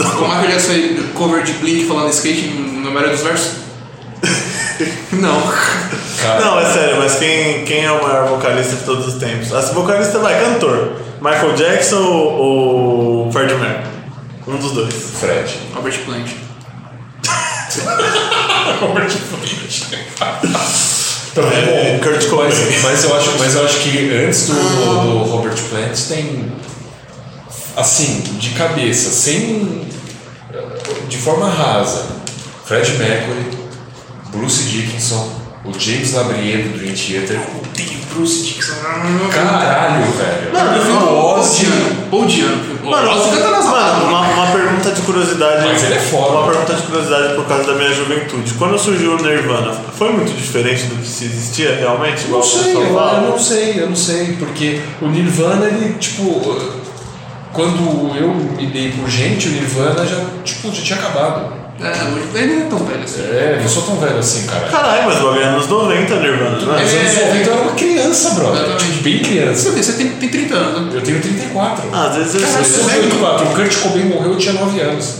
O Michael Jackson fez cover de Blink falando skate na maioria dos versos? Não.
Cara,
Não, é sério, mas quem, quem é o maior vocalista de todos os tempos? As vocalista vai, cantor. Michael Jackson ou, ou Freddie Mercury? Um dos dois.
Fred.
Albert Plant.
Então,
É,
bom,
Kurt Cobain.
Mas, mas eu acho, mas eu acho que antes do, do, do Robert Plant tem. Assim, de cabeça, sem. De forma rasa. Fred Mercury, Bruce Dickinson, o James Labrie do Dream Theater.
Tem Bruce Dixon.
Caralho, velho.
Mano,
eu
Não,
o
Paul
Ozzy.
Diano. Paul Diano. O
Mano,
Ozzy canta nas
mano,
baladas.
uma, uma pergunta de curiosidade.
tá Mas ele é foda.
Uma pergunta de curiosidade por causa da minha juventude. Quando surgiu o Nirvana, foi muito diferente do que se existia realmente?
Não
Igual o
sei,
pessoal
eu,
fala?
eu não sei, eu não sei, porque o Nirvana, ele, tipo, quando eu me dei por gente, o Nirvana já, tipo, já tinha acabado.
É, ele não é tão velho assim.
É, eu não sou tão velho assim, cara.
Caralho, mas o bagulho é anos 90, Nirvana. Não é?
Mas
É,
anos
é,
90 eu era uma criança, brother.
Exatamente.
Tipo, bem
Você
criança.
vê, você tem, tem 30 anos, né?
Eu tenho 34.
Ah, às vezes
eu
eu
sou
sei.
Caralho, velho.
34. O Kurt Cobain morreu, eu tinha 9 anos.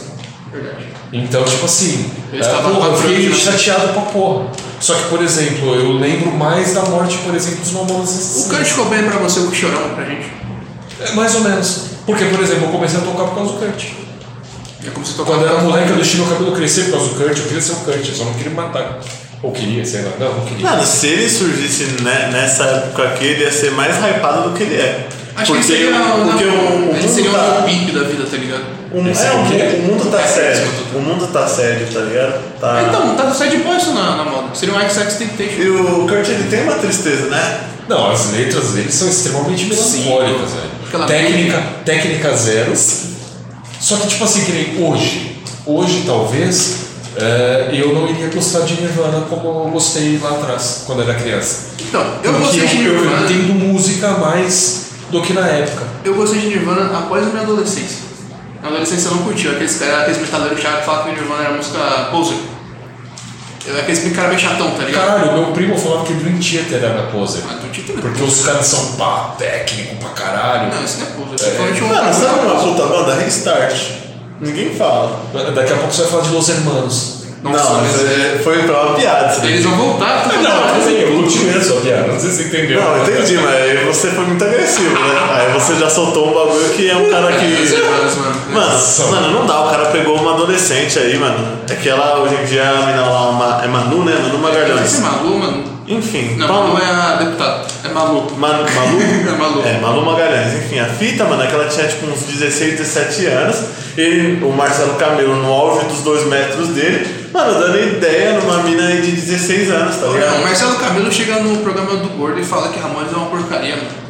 Verdade.
Então, tipo assim,
Eu
é,
estava
porra,
com
eu
a
fiquei
frente, né?
chateado pra porra. Só que, por exemplo, eu lembro mais da morte, por exemplo, dos Mamonas
O
Assassinas.
Kurt Cobain pra você, o Chorão pra gente.
É, Mais ou menos. Porque, por exemplo, eu comecei a tocar por causa do Kurt.
É como se tocar
Quando eu era moleque, eu deixei meu cabelo crescer por causa do Kurt. Eu queria ser o Kurt, eu só não queria me matar. Ou queria, sei lá. Não, não queria.
Mano, se ele surgisse ne- nessa época aqui, ele ia ser mais hypado do que ele é.
Acho que ele seria, não,
porque o, o
ele
mundo
seria
tá,
um pipe da vida, tá ligado?
o, mu-
Ele seria
é,
o
o,
quê?
mu- o mundo tá sério. O mundo tá sério, tá ligado? Tá...
Então, tá do Sad Boy isso na, na moda. Seria um XX Temptation.
E o Kurt, ele tem uma tristeza, né?
Não, as letras dele são extremamente melancólicas, velho.
Aquela
Técnica,
música.
técnica zeros. Só que, tipo assim, que nem hoje. Hoje, talvez, é, eu não iria gostar de Nirvana como eu gostei lá atrás, quando era criança.
Então, eu
Porque
gostei de
eu, eu
Nirvana.
entendo música mais do que na época.
Eu gostei de Nirvana após a minha adolescência. Na adolescência eu não curti. Aqueles caras, aqueles metaleiros chatos que falavam que Nirvana era música poser. Eu, aqueles cara meio chatão, tá ligado?
Caralho, meu primo falava que Dream Theater era poser.
Ah, tu te
Porque os caras são pá, técnico pra caralho.
Não, isso não é poser. Isso é provavelmente um.
Mano, sabe uma puta banda? Restart. Ninguém fala.
Daqui a pouco você vai falar de Los Hermanos.
Nossa,
não, mas
mas-
é- foi pra uma piada. isso daí.
Eles vão voltar, tá
Não,
ligado?
mas aí, eu continuei a sua piada, É, não sei se você entendeu.
Não, entendi, mas aí você foi muito agressivo, né? Aí você já soltou um bagulho que é um cara
Os
que.
Nirvanas, mano.
Mano, mano, não dá, o cara pegou uma adolescente aí, mano. É que ela hoje em dia a menina lá uma, é Manu, né? Manu
Você é
Magalhães.
Malu, mano?
Enfim,
Não,
Paulo-
Malu é a deputada. É Malu.
Manu, Malu?
É Malu.
É, Malu Magalhães. Enfim, a fita, mano, é que ela tinha tipo uns 16, 17 anos. Ele, o Marcelo Camelo, no auge dos dois metros dele, mano, dando ideia numa mina aí de 16 anos, tá
Não, o
ligado?
Marcelo Camelo chega no programa do Gordo e fala que Ramones é uma porcaria, mano.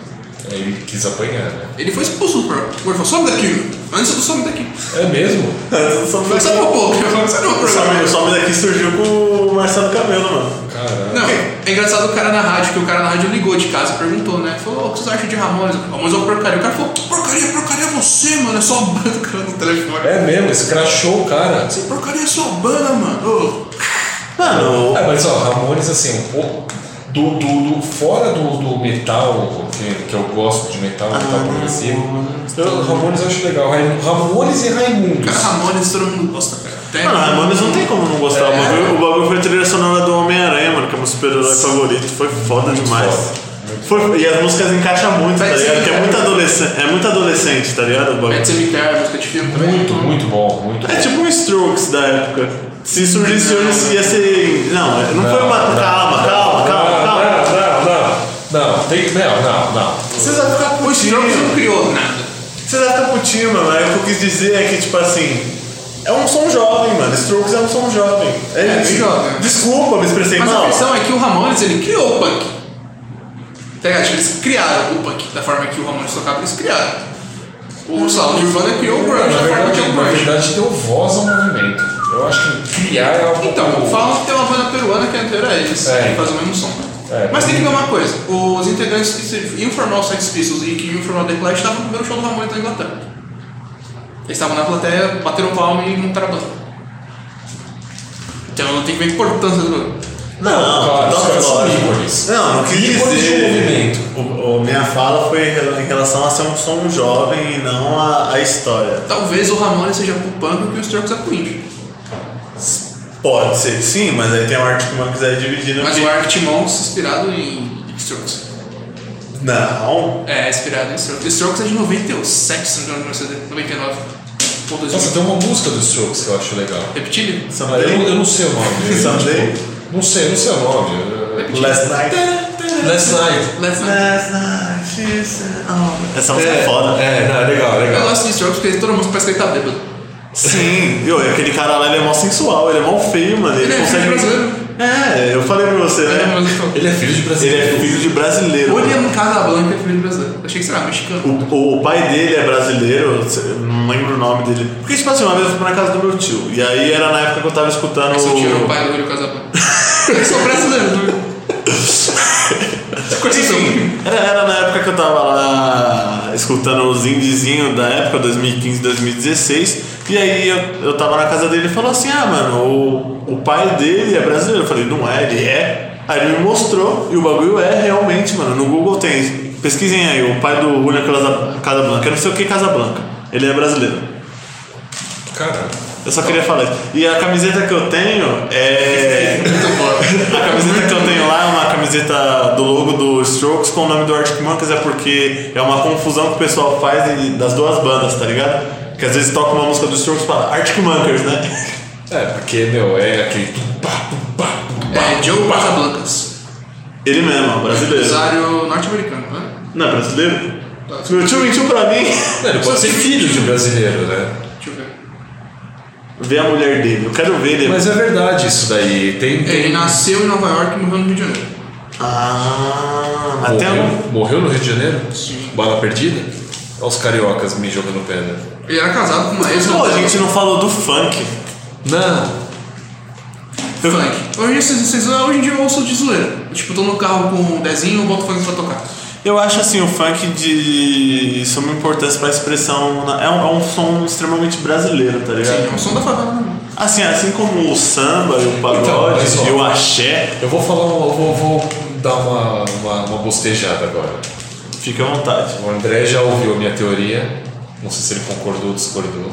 Ele quis apanhar, né?
Ele foi expulso do programa. O Gordo falou, some daqui, mano. Antes do some daqui.
É mesmo?
Antes do
Mas sabe o povo que falou que você não é um
O
programa.
Some- o Some daqui surgiu com o Marcelo Camelo, mano.
Caralho.
Não, é engraçado o cara na rádio, que o cara na rádio ligou de casa e perguntou, né? Falou, "Ô, o que vocês acham de Ramones? Ramones é uma porcaria. O cara falou, que porcaria, porcaria é você, mano. É só a banda do cara no telefone.
É mesmo, escrachou o cara.
Essa porcaria é só a banda, mano. Ô,
Mano,
Ah, mas ó, Ramones, assim, um pouco. Do, do, do- fora do, do metal, que, que eu gosto de metal, metal progressivo. Eu, Ah, Ramones eu acho legal. Raimundo- Ramones e Raimundos.
Cara, Ramones todo mundo gosta, cara. Até
Mano, Ramones Ah, não tem como não gostar. O
É.
bagulho, o bagulho foi a trilha sonora do Homem-Aranha, mano, que é meu super-herói favorito. Foi foda demais.
foda.
Foi- e as músicas encaixam muito, tá
Pet
ligado? Porque é
Sematary.
muito adolescente, é muito adolescente, tá ligado? O
Pet
bagulho.
Cemetery, música de filme também.
Muito, muito bom, muito bom.
É tipo um Strokes da época. Se surgisse hoje, ia ser. Não, é, não, foi uma. Calma, calma, calma, calma.
Não, não, não. Não, tem, não, não, não.
Vocês vão ficar
O Strokes não
putinho.
criou nada.
Vocês vão ficar putinho, mano. Aí o que eu quis dizer é que, tipo assim. É um som jovem, mano. mano. Strokes é um som jovem.
É, bem
des-
jovem.
Desculpa, me expressei
Mas a
mal.
questão é que o Ramones, ele criou o punk. Tá ligado? Tipo, eles criaram o punk da forma que o Ramones tocava, eles criaram. O Salão de Urbana criou o grunge
Na
da forma que é
verdade,
o
na
grunge.
verdade, deu voz ao movimento. Eu acho que criar é algo.
Então, falam que tem uma banda peruana que é anterior a eles,
É.
que faz o mesmo som.
É.
Mas tem que ver uma coisa, os integrantes que se- iam formar o Sex Pistols e que iam formar o The Clash estavam no primeiro show do Ramones na Inglaterra. Eles estavam na plateia, bateram palma e montaram a banda. Então tem que ver a importância do
Não,
claro,
não,
os caras são
lógico.
ícones.
Não, não quis
Ícones de
dizer.
movimento.
O, o- minha fala foi em relação a ser um som jovem e não a, a história.
Talvez o Ramones seja pro punk que o Strokes é pro indie.
Pode ser que sim, mas aí tem o Arctic Monkeys aí dividindo.
Mas
que-
o Arctic Monkeys inspirado em Strokes.
Não.
É, inspirado em Strokes. Strokes é de 97, se não me engano, 99 ou 2000.
Nossa, tem uma música dos Strokes que eu acho legal.
Repetir?
Ah, Eu, eu
Someday.
não sei o nome. tipo,
Someday.
Não sei, não sei o nome. Eu-
Last night.
Last Night.
Let's Not-
Last night. she said, oh. Essa música é, foda.
É, não, é legal,
Eu
legal.
gosto de Strokes porque todo mundo parece que ele tá bêbado.
Sim, eu, aquele cara lá ele é mó sensual, ele é mó feio, mano. Ele,
Ele é filho
consegue.
de brasileiro.
É, eu falei pra você,
É,
né?
mas eu falo,
Ele é filho de brasileiro.
Ele é filho de brasileiro.
Ou ele é
mano.
um Casablanca é filho brasileiro. Achei que você era mexicano.
O, o- o pai dele é brasileiro, eu não lembro o nome dele. Porque, tipo assim, uma vez eu fui na casa do meu tio. E aí era na época que eu tava escutando.
Seu tio era o
o-
um pai do Yuri Casablanca. Eu sou brasileiro. né? Coisa assim.
Era, era na época que eu tava lá escutando os indizinhos da época, 2015, 2016. E aí eu, eu tava na casa dele e ele falou assim: Ah, mano, o, o pai dele é brasileiro. Eu falei: Não é, ele é. Aí ele me mostrou e o bagulho é realmente, mano. No Google tem. Pesquisem aí, o pai do Julian Casa- Casablanca. Eu não sei o que Casablanca. Ele é brasileiro.
Cara,
Eu só queria falar isso. E a camiseta que eu tenho é.
Muito bom.
A camiseta que eu tenho lá é uma camiseta do logo do Strokes com o nome do Arctic Monkeys, é porque é uma confusão que o pessoal faz e- das duas bandas, tá ligado? Que às vezes toca uma música do Strokes e fala Arctic Monkeys, né?
é, porque, meu, é aquele. tum, pá, tum, pá, tum, pá.
É Joe Casablancas.
Ele mesmo, ó, brasileiro.
Empresário norte-americano, né?
Não, é brasileiro? Meu tio mentiu pra mim.
Não, Ele pode ser filho de um brasileiro, né?
Deixa eu ver.
Ver a mulher dele, eu quero ver ele.
Mas é verdade isso daí. Tem.
Ele
tem-
nasceu em Nova York e morreu no Rio de Janeiro.
Ah, até
morreu,
um.
morreu no Rio de Janeiro?
Sim.
Bala perdida? Olha os cariocas me jogando pedra.
Ele era casado com uma ex né?
Pô, a gente não falou do funk.
Não.
Funk. Hoje, em dia, vocês- vocês- hoje em dia eu ouço de zoeira. Tipo, tô no carro com o Dezinho, eu boto funk pra tocar.
Eu acho assim, o funk de suma importância pra expressão. na- É um, é um som extremamente brasileiro, tá ligado?
Sim, é um som da favela. né?
Assim, assim como o samba e o
Então,
pagode
olha só.
e o axé,
Eu vou falar, uma- eu vou, vou dar uma, uma, uma bostejada agora.
fica à vontade.
O André já ouviu a minha teoria, não sei se ele concordou ou discordou,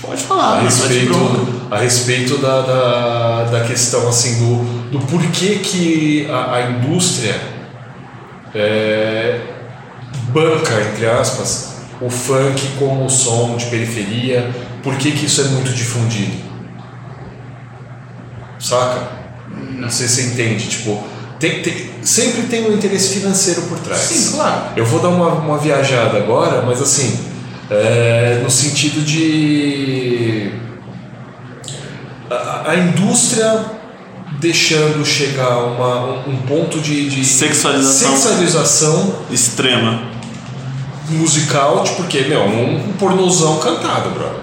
Pode falar,
a
mas vai de
respeito,
bronca.
a respeito da, da, da questão assim do, do porquê que a, a indústria é, banca, entre aspas, o funk como som de periferia, por que, que isso é muito difundido. Saca? Não sei se você entende, tipo, tem- tem- sempre tem um interesse financeiro por trás.
Sim, claro.
Eu vou dar uma, uma viajada agora, mas assim, é, no sentido de. A, a indústria deixando chegar uma, um, um ponto de, de
Sexualização.
sexualização
Extrema.
musical, tipo, porque, meu, um pornozão cantado, brother.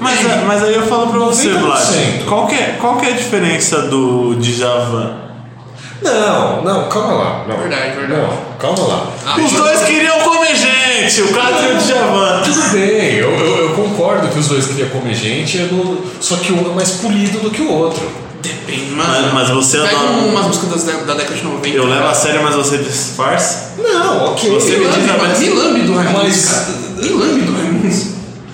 Mas, a- mas aí eu falo pra você, Vlad,
90%.
qual que, é, qual que é a diferença do Djavan?
Não, não, calma lá. Não,
Verdade, verdade.
Não, calma lá.
Ah,
Os
isso-
dois queriam comer gente, o Cato e o Djavan.
Tudo bem, eu, eu, eu concordo que os dois queriam comer gente, eu não- só que um é mais polido do que o outro.
Depende,
Mas-
mano.
mas você
Pega um,
adora-
umas músicas das dé- da década de 90.
Eu levo a sério, mas você disfarça.
Não, ok.
Você
Me
me diz
lambe,
a
mano.
mais-
Me lambe do Raimundos,
Mas-
cara. Me lambe do Raimundos.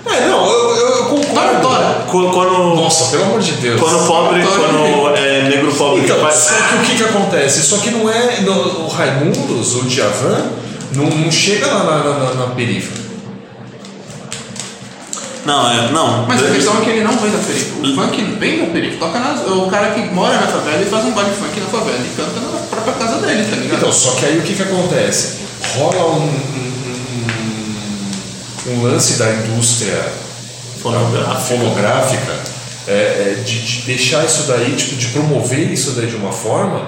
É, não, eu, eu,
Dora,
eu concordo.
Dora.
Qu- Quando,
Nossa, pelo amor de Deus.
quando pobre,
Adoro.
quando é negro pobre que
Então,
faz.
só que o que, que acontece? Só que não é. não- o Raimundos, o Djavan, não, não chega lá na, na, na, na perifa.
Não, é, não.
Mas a questão é que ele não vem da periferia. O funk vem da periferia. Toca nas... O cara que mora na favela e faz um baile funk na favela e canta na própria casa dele, tá ligado?
Então, só que aí o que, que acontece? Rola um, um- um- um- um lance da indústria
Fonográfica.
fonográfica, é, de, de deixar isso daí, tipo, de promover isso daí de uma forma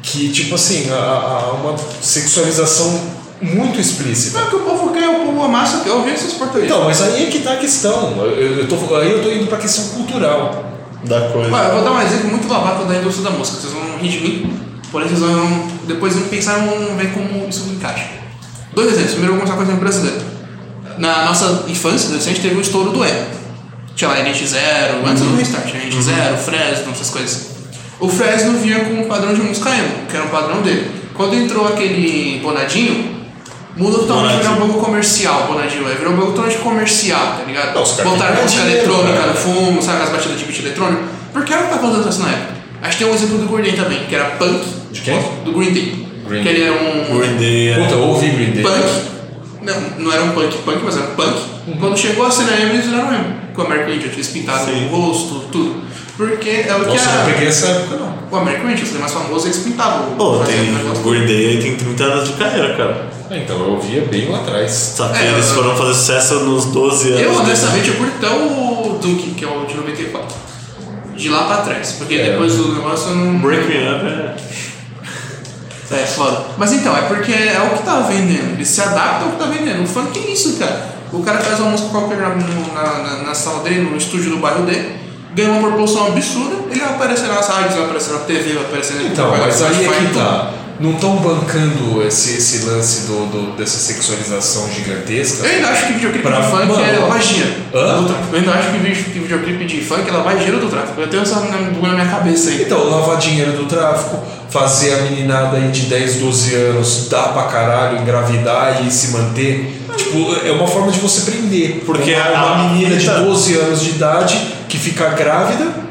que, tipo assim, a, a- uma sexualização muito explícita.
Não, que o povo quer, o povo amassa, quer ouvir essas porcarias.
Então, mas aí é que tá a questão. Eu, eu- eu tô, aí eu tô indo pra questão cultural.
da coisa.
Olha, eu vou dar um exemplo muito babaca da indústria da música, vocês vão rir de mim, porém vocês vão depois vão pensar e vão ver como isso encaixa. Dois exemplos, primeiro eu vou começar com o exemplo brasileiro. Na nossa infância, adolescente, teve o estouro do emo. Tinha lá NX0, antes
Uhum.
do Restart, NX0, Fresno, essas coisas. O Fresno vinha com um padrão de música emo, que era um padrão dele. Quando entrou aquele Bonadinho, mudou totalmente, virou um
Bonadinho.
bagulho comercial, Bonadinho, é, virou um bagulho totalmente comercial, tá ligado?
Não, os caras
Botaram
têm
música
dinheiro,
eletrônica
cara.
no fumo, sabe as batidas de beat eletrônico? Por que ela tá fazendo isso na época? Acho que tem um exemplo do Green Day também, que era punk.
De quem?
Do Green Day.
Green
que ele era um
Green Day é-
Puta, eu ouvi Green Day.
punk. Não, não era um punk punk, mas era um punk. Quando chegou a cena emo, eles viraram emo. Com o American Idiot, eles pintaram
Sim.
o rosto, tudo. Porque é o que
Nossa, eu não
a...
peguei essa época não.
O American Idiot, ele é mais famoso, eles pintavam.
Pô,
faziam
tem,
um negócio.
o Green Day aí tem 30 anos de carreira, cara.
Ah, Então, eu ouvia bem lá atrás.
Sabe,
É,
eles
eu-
foram fazer sucesso nos 12 anos.
Eu, honestamente, eu curto tão o Duke, que é o de 94. De lá pra trás. Porque
É.
depois do negócio eu não...
Break Me Up é...
É foda. Mas então, é porque é o que tá vendendo. Eles se adaptam ao que tá vendendo. O funk é isso, cara. O cara faz uma música qualquer na, na, na- na sala dele, no estúdio do bairro dele, ganha uma proporção absurda, ele vai aparecer nas rádios, vai aparecer na TV, vai aparecer na
Então,
vai
mas aí
aparecer
é
no
que
Spotify,
tá. Não estão bancando esse, esse lance do, do- dessa sexualização
tudo.
gigantesca.
Eu ainda acho que videoclipe
Pra-
de funk
mano.
é magia
Hã?
do tráfico. Eu ainda acho que vi- que videoclipe de funk é lavagem do tráfico. Eu tenho essa na, na minha cabeça aí.
Então, lavar dinheiro do tráfico, fazer a meninada aí de 10, 12 anos dar pra caralho, engravidar e se manter. Tipo, é uma forma de você prender.
Porque
uma,
a-
uma menina de
Então.
12 anos de idade que fica grávida.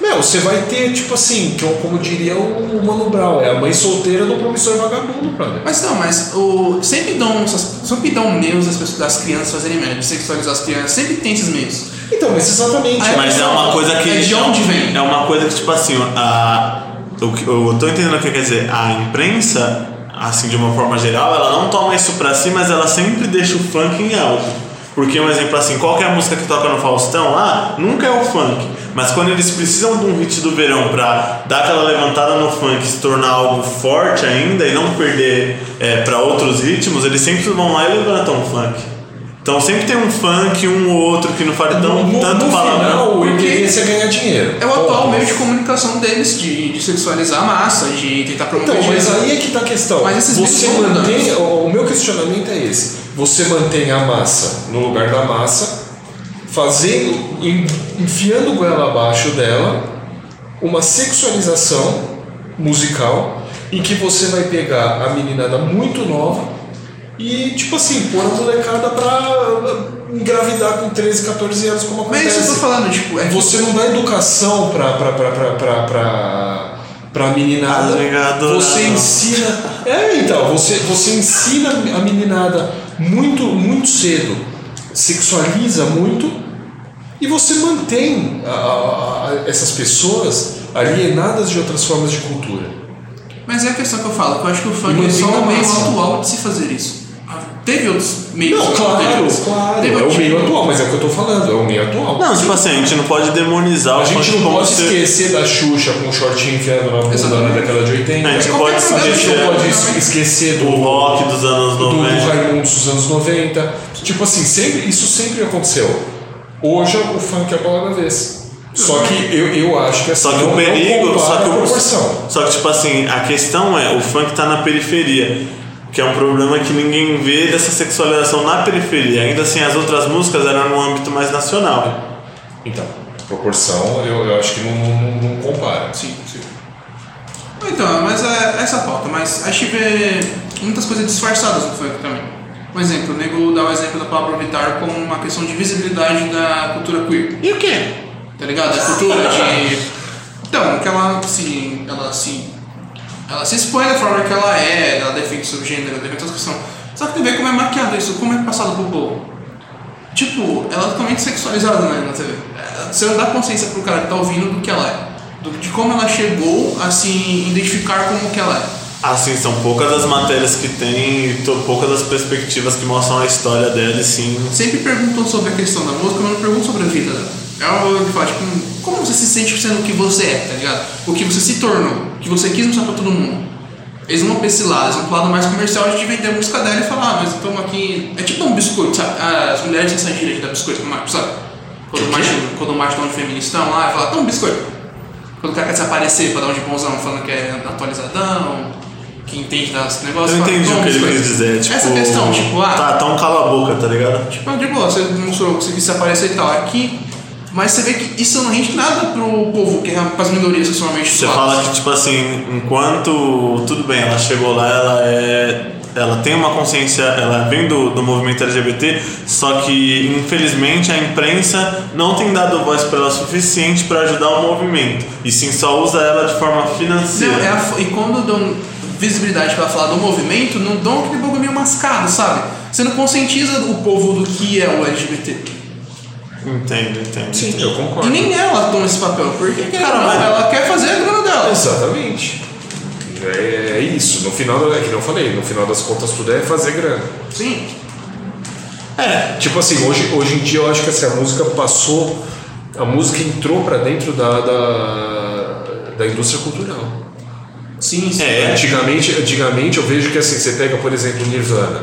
Meu, você vai ter, tipo assim, que é como diria o o Mano Brown, é a mãe solteira do promissor vagabundo, brother.
Mas não, mas o, sempre dão essas- sempre dão meios das, pessoas- das crianças fazerem merda, de sexualizar as crianças, sempre tem esses meios.
Então, mas exatamente.
Ah,
Mas é uma coisa que...
É de onde vem?
É uma coisa que, tipo assim, a... o que- eu tô entendendo o que quer dizer. A imprensa, assim, de uma forma geral, ela não toma isso pra si, mas ela sempre deixa o funk em alto. Porque, um exemplo assim, qualquer música que toca no Faustão lá, nunca é o funk. Mas quando eles precisam de um hit do verão pra dar aquela levantada no funk, se tornar algo forte ainda e não perder é, para outros ritmos, eles sempre vão lá e levantam o funk. Então sempre tem um funk, um ou outro que não fale tão,
No- no,
tanto
no
palavrão.
final, o
Porque-
interesse é ganhar dinheiro.
É o
Ponto.
atual meio de comunicação deles, de, de sexualizar a massa, de tentar promover.
Então, mas
direito.
aí é que tá a questão.
Mas esses
você
vídeos são
mantém.
mudanças.
O, o meu questionamento é esse. Você mantém a massa no lugar da massa, fazendo, en- enfiando goela abaixo dela, uma sexualização musical em que você vai pegar a meninada muito nova e, tipo assim, pôr a molecada pra ah, engravidar com 13, 14 anos, como
Mas
acontece.
é isso que eu tô falando, tipo, é
Você não dá educação pra, pra, pra, pra, pra, pra, pra meninada.
Tá ligado,
você
não.
ensina. É, então, você, você ensina a meninada muito, muito cedo, sexualiza muito e você mantém a- a- a- essas pessoas alienadas de outras formas de cultura.
Mas é a questão que eu falo, que eu acho que o funk
E
é só
mantém
um
na
meio
massa.
atual de se fazer isso. Ah, Teve outros meios.
Não, claro,
anteriores.
claro.
Teve
É o
outro-
é meio atual, mas é o que eu tô falando, é o meio atual.
Não, tipo assim, a gente não pode demonizar
A
o
gente
funk
não
como
pode
ser-
esquecer da Xuxa com o shortinho enfiado na bunda na
Exatamente.
década de 80.
É, A gente não
qualquer
pode
programa
A gente
esquecer
não pode
Exatamente.
esquecer do
o rock dos anos
do, do
90.
Raimundo dos anos 90. Tipo assim, sempre, isso sempre aconteceu. Hoje o funk é a bola da vez. Só que eu, eu acho que assim,
Só que
não,
o perigo, só
não compara
que
a
o,
proporção.
só que tipo assim, a questão é, o funk tá na periferia, que é um problema que ninguém vê dessa sexualização na periferia. Ainda assim, as outras músicas eram no âmbito mais nacional.
Então, proporção eu, eu acho que não, não- não- não compara.
Sim, sim. Então, mas é essa a pauta, mas acho que vê muitas coisas disfarçadas no funk também. Por exemplo, o nego dá o exemplo da palavra Vittar como uma questão de visibilidade da cultura queer.
E o quê?
tá ligado? A cultura de. Então, que ela se. Ela se. Ela se expõe da forma que ela é, ela defende sobre gênero, defende essa questão. Só que TV como é maquiado isso, como é passado pro povo. Tipo, ela é totalmente sexualizada né, na TV. É, Você não dá consciência pro cara que tá ouvindo do que ela é. do- de como ela chegou a se identificar como que ela é.
Assim, são poucas as matérias que tem e to- poucas as perspectivas que mostram a história dela, e sim.
Sempre perguntam sobre a questão da música, mas não perguntam sobre a vida dela. É uma coisa que fala, tipo, como você se sente sendo o que você é, tá ligado? O que você se tornou, o que você quis mostrar pra todo mundo. Eles não vão pra esse lado, eles vão pro lado mais comercial de vender a música dela e falar, ah, mas então aqui. É tipo um biscoito, sabe? Ah, As mulheres têm essa gíria de dar biscoito pro macho, sabe? Quando o macho, quando o macho dá um de feministão lá e fala, toma um biscoito. Quando o cara quer desaparecer pra dar um de bonzão, falando que é atualizadão, que entende das negócios.
Eu
fala,
entendi
"Toma
o
um
que ele
biscoito."
quis dizer. Tipo,
Essa questão, tipo, ah,
Tá, tão cala a boca, tá ligado?
Tipo, ah, de boa, você mostrou, conseguiu se aparecer e tal aqui, mas você vê que isso não rende nada pro povo, que é para as minorias sexualmente
Você fala que, tipo assim, enquanto. Tudo bem, ela chegou lá, ela é. Ela tem uma consciência, ela vem do, do movimento LGBT, só que infelizmente a imprensa não tem dado voz para ela suficiente para ajudar o movimento. E sim só usa ela de forma financeira.
Não, é a fo- e quando dão visibilidade pra falar do movimento, não dão aquele bagulho meio mascado, sabe? Você não conscientiza o povo do que é o LGBT.
Entendo, entendo.
Sim, eu
E
concordo.
nem ela toma esse papel, porque cara,
Cara, mas-
ela quer fazer a grana dela.
Exatamente. É, é isso. No final, é que não falei, no final das contas tudo é fazer grana.
Sim.
Tipo assim, hoje, hoje em dia eu acho que assim, a música passou, a música entrou pra dentro da, da, da indústria cultural.
Sim, sim.
É.
Antigamente, antigamente eu vejo que assim, você pega, por exemplo, Nirvana.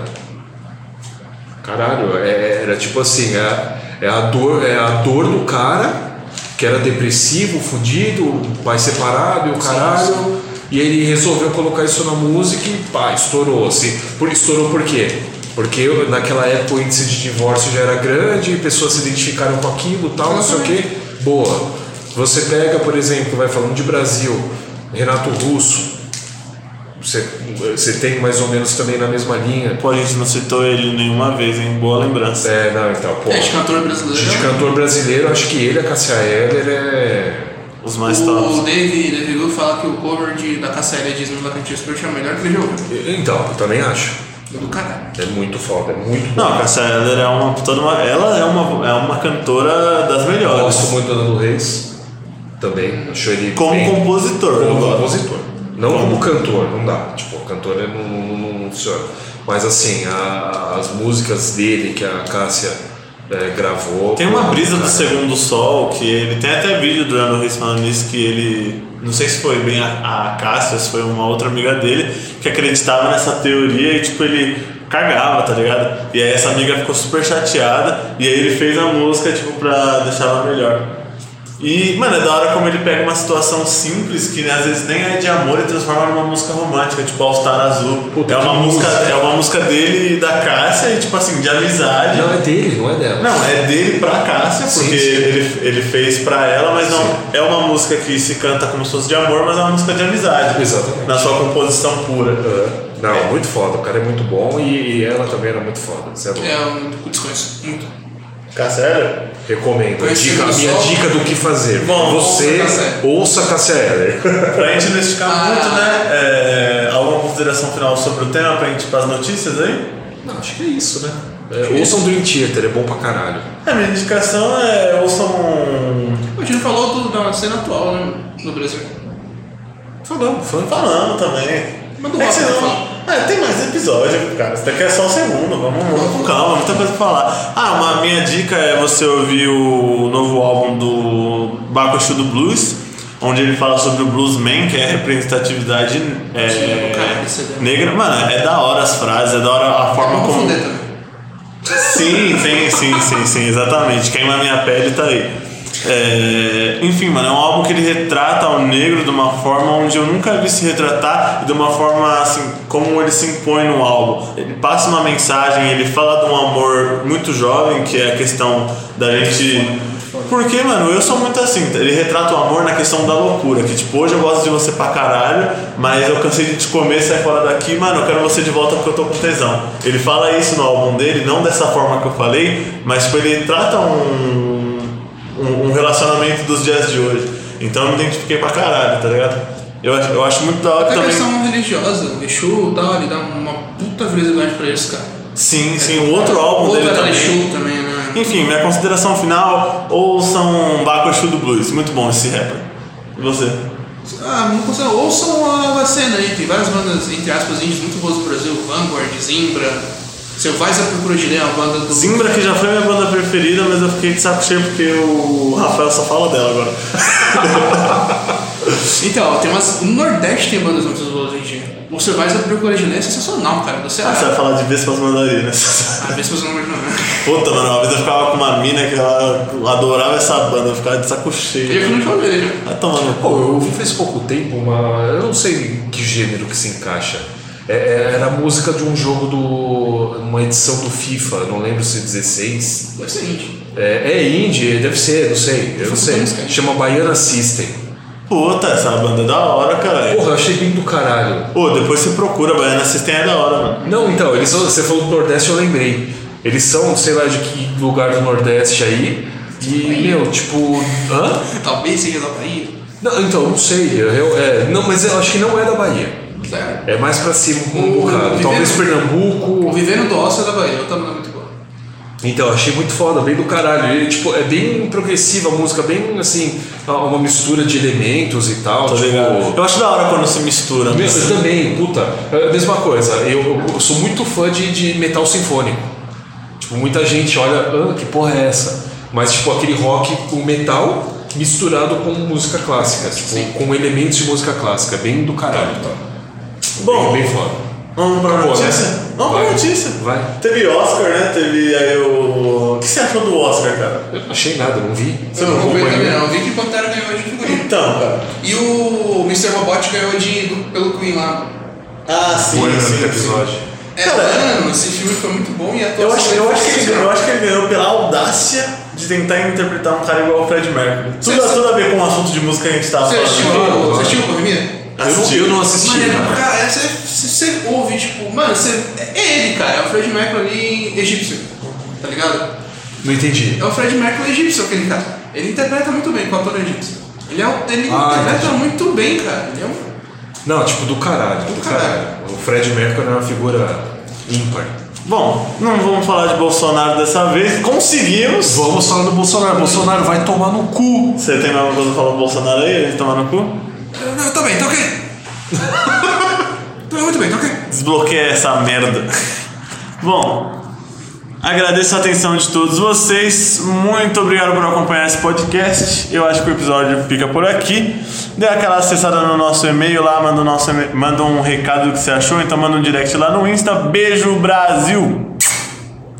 Caralho, é- era tipo assim, é, é a dor, é a dor do cara que era depressivo, fudido, pai separado e o caralho. E ele resolveu colocar isso na música e pá, estourou. Assim. Por, estourou por quê? Porque eu- naquela época o índice de divórcio já era grande, pessoas se identificaram com aquilo tal, não sei o quê. Boa. Você pega, por exemplo, vai falando de Brasil, Renato Russo. Você, você tem mais ou menos também na mesma linha.
Pô, tipo, a gente não citou ele nenhuma vez, hein? Boa lembrança.
É, não, então, pô.
É, de cantor
De, de
brasileiro.
cantor brasileiro, acho que ele, a Cassia Eller, é.
Os mais
O
tops.
Dave, Dave Gu fala que o cover de, da Cassaria de Ismael da Cantinha Super é o melhor que ele já ouviu.
Então, eu também acho.
Do caralho.
É muito foda, é muito bom.
Não, a Cassia Eller é uma, toda uma. Ela é uma, é uma cantora das
Eu
melhores.
gosto muito do Nando Reis, também. Acho ele.
Como
bem-
compositor. eu
como
gosto.
compositor. Não como cantor, não dá. Tipo, cantor é- não, não, não, não funciona. Mas assim, a- as músicas dele que a Cássia é, gravou.
Tem uma brisa do
Cara,
segundo sol que ele tem até vídeo do Leandro Reis falando nisso que ele. Não sei se foi bem a, a Cássia, se foi uma outra amiga dele, que acreditava nessa teoria e tipo ele cagava, tá ligado? E aí essa amiga ficou super chateada e aí ele fez a música, tipo, pra deixar ela melhor. E, mano, é da hora como ele pega uma situação simples que né, às vezes nem é de amor e transforma numa música romântica, tipo All Star Azul.
Puta,
é, uma
que
música, é uma música dele e da Cássia e, tipo assim, de amizade.
Não, é dele, não é dela.
Não, é dele pra Cássia,
Sim,
porque
sim.
Ele, ele fez pra ela, mas não.
Sim.
É uma música que se canta como se fosse de amor, mas é uma música de amizade.
Exatamente.
Na sua composição pura.
É. Não, muito foda. O cara é muito bom e, e ela também era muito foda. Você é louco.
É um desconheço. Muito.
Cássia
é?
era?
Recomendo.
Conheci
Dica, a
o
minha
sol.
dica do que fazer.
Bom,
Você
ouça Cassia.
ouça Cassia Eller.
Pra gente não esticar
Ah.
muito, né? é, alguma consideração final sobre o tema pra gente ir pras notícias aí?
Não, acho que é isso, né? É,
um
ouçam Dream Theater, é bom pra caralho.
A minha indicação é ouçam um.
A gente não falou do- da cena atual, né? No Brasil.
Falamos, falamos.
Falando também.
Mas do
é que
rock,
senão-
né, fala.
É, tem mais episódio, cara. Isso daqui é só um segundo. Vamos, vamos com calma, muita coisa pra falar. Ah, uma minha dica é você ouvir o novo álbum do Bakushu do Blues, onde ele fala sobre o bluesman, que é a representatividade é,
Sim, cara, esse é-
negra. Mano, é da hora as frases, é da hora a forma
Vamos
como.
confundir tá? também.
Sim, sim, sim, sim, sim, exatamente. Queima minha pele tá aí. É, enfim, mano, é um álbum que ele retrata o negro de uma forma onde eu nunca vi se retratar e de uma forma assim, como ele se impõe no álbum. Ele passa uma mensagem, ele fala de um amor muito jovem, que é a questão da gente. Porque, mano, eu sou muito assim. Ele retrata o amor na questão da loucura. Que, tipo, hoje eu gosto de você pra caralho, mas eu cansei de te comer, sai fora daqui, mano, eu quero você de volta porque eu tô com tesão. Ele fala isso no álbum dele, não dessa forma que eu falei, mas, tipo, ele trata um, um, um relacionamento dos dias de hoje. Então eu me identifiquei pra caralho, tá ligado? Eu, acho- eu acho muito da hora que
Até é a
também.
questão religiosa, o Exu e tal, ele dá uma puta visibilidade pra eles, cara.
Sim, sim, o outro álbum
Outro
dele
era
também.
Exu também, né?
Enfim, minha consideração final, ouçam Bakushu do Blues. Muito bom esse rapper. E você?
Ah, não consigo. Ouçam a nova cena aí, tem várias bandas, entre aspas, indies muito boas do Brasil, Vanguard, Zimbra, Selvais à Procura de Lei é uma banda do.
Zimbra, que já foi minha banda preferida, mas eu fiquei de saco cheio porque o Rafael só fala dela agora.
Então, tem umas. No Nordeste tem bandas muito boas hoje em dia. O Selvais à Procura de Lei é sensacional, cara. Do Ceará.
Ah, você vai falar de Vespas Mandarinas.
Ah, vê se você não né? Eu
Puta, mano, uma vez eu ficava com uma mina que ela adorava essa banda, eu ficava de saco
que
cheio.
não te odeio, né?
Vai tomar no
Pô,
cu.
eu ouvi faz pouco tempo uma. Eu não sei em que gênero que se encaixa. É- é- era a música de um jogo do. uma edição do FIFA, não lembro se 16.
Deve ser indie.
É, é indie, deve ser, não sei, eu não sei. Chama Baiana System.
Puta, essa banda é da hora, caralho.
Porra, eu achei bem do caralho.
Pô, depois você procura, Baiana System é da hora, mano.
Não, então, eles são, você falou do Nordeste, eu lembrei. Eles são, sei lá, de que lugar do Nordeste aí. E, meu, tipo. Hã?
Talvez seja da Bahia.
Não, então, não sei. eu- eu- é, não, mas eu acho que não é da Bahia.
Sério.
É mais pra cima
O-
um bocado.
o
Talvez
Viveiro- O
Pernambuco.
Vivendo do Ócio é da Bahia, outra banda muito boa.
Então, eu achei muito foda, bem do caralho. E, tipo, é bem progressiva a música, bem assim, uma mistura de elementos e tal.
Tá
tipo,
ligado? Eu acho da hora quando se mistura, né?
Meu,
mas...
eu também, puta, é a mesma coisa. Eu, eu sou muito fã de, de metal sinfônico. Tipo, muita gente olha, ah, que porra é essa? Mas, tipo, aquele rock com metal misturado com música clássica, tipo, com elementos de música clássica, bem do caralho, tá?
Bom,
bem, bem foda.
Vamos pra
Acabou,
notícia?
né?
Vamos pra
Vai.
notícia.
Vai.
Teve Oscar, né? Teve aí o. O que você achou do Oscar, cara?
Eu não achei nada, não vi.
Você não
vi
acompanhou?
também, não. Eu vi que Pantera ganhou de figurino.
Então, cara.
E o Mr. Robot ganhou de, do- pelo Queen lá.
Ah, sim. sim, sim.
É,
Cara,
mano, esse filme foi muito bom e a atuação
Eu acho,
dele
eu,
foi
acho que ele,
sensacional.
eu acho que ele ganhou pela audácia de tentar interpretar um cara igual o Fred Mercury. Tudo,
Você-
tudo a ver com o assunto de música que a gente tava
Você
falando.
assistiu,
Claro, claro.
você assistiu o Corrimia?
Eu não, eu não assisti.
Mano,
né?
cara.
cara, é- você, você você ouve, tipo, mano, você, é é ele, cara, é o Fred Mercury ali egípcio, tá ligado?
Não entendi.
É o Fred Mercury egípcio aquele cara. Ele interpreta muito bem com o ator egípcio. Ele, é, um- ele
Ah,
interpreta
entendi.
muito bem, cara. Ele é um
Não, tipo, do caralho, do,
Do caralho.
caralho. O Fred Mercury é uma figura ímpar.
Bom, não vamos falar de Bolsonaro dessa vez. Conseguimos!
Vamos falar do Bolsonaro. Bolsonaro vai tomar no cu.
Você tem alguma coisa pra falar do Bolsonaro aí? Ele tomar no cu?
Eu, eu tô bem, tá ok. tô muito bem, tá ok.
Desbloqueia essa merda. Bom, agradeço a atenção de todos vocês. Muito obrigado por acompanhar esse podcast. Eu acho que o episódio fica por aqui. Dê aquela acessada no nosso e-mail lá, manda, o nosso e-mail- manda um recado do que você achou, então manda um direct lá no Insta. Beijo, Brasil!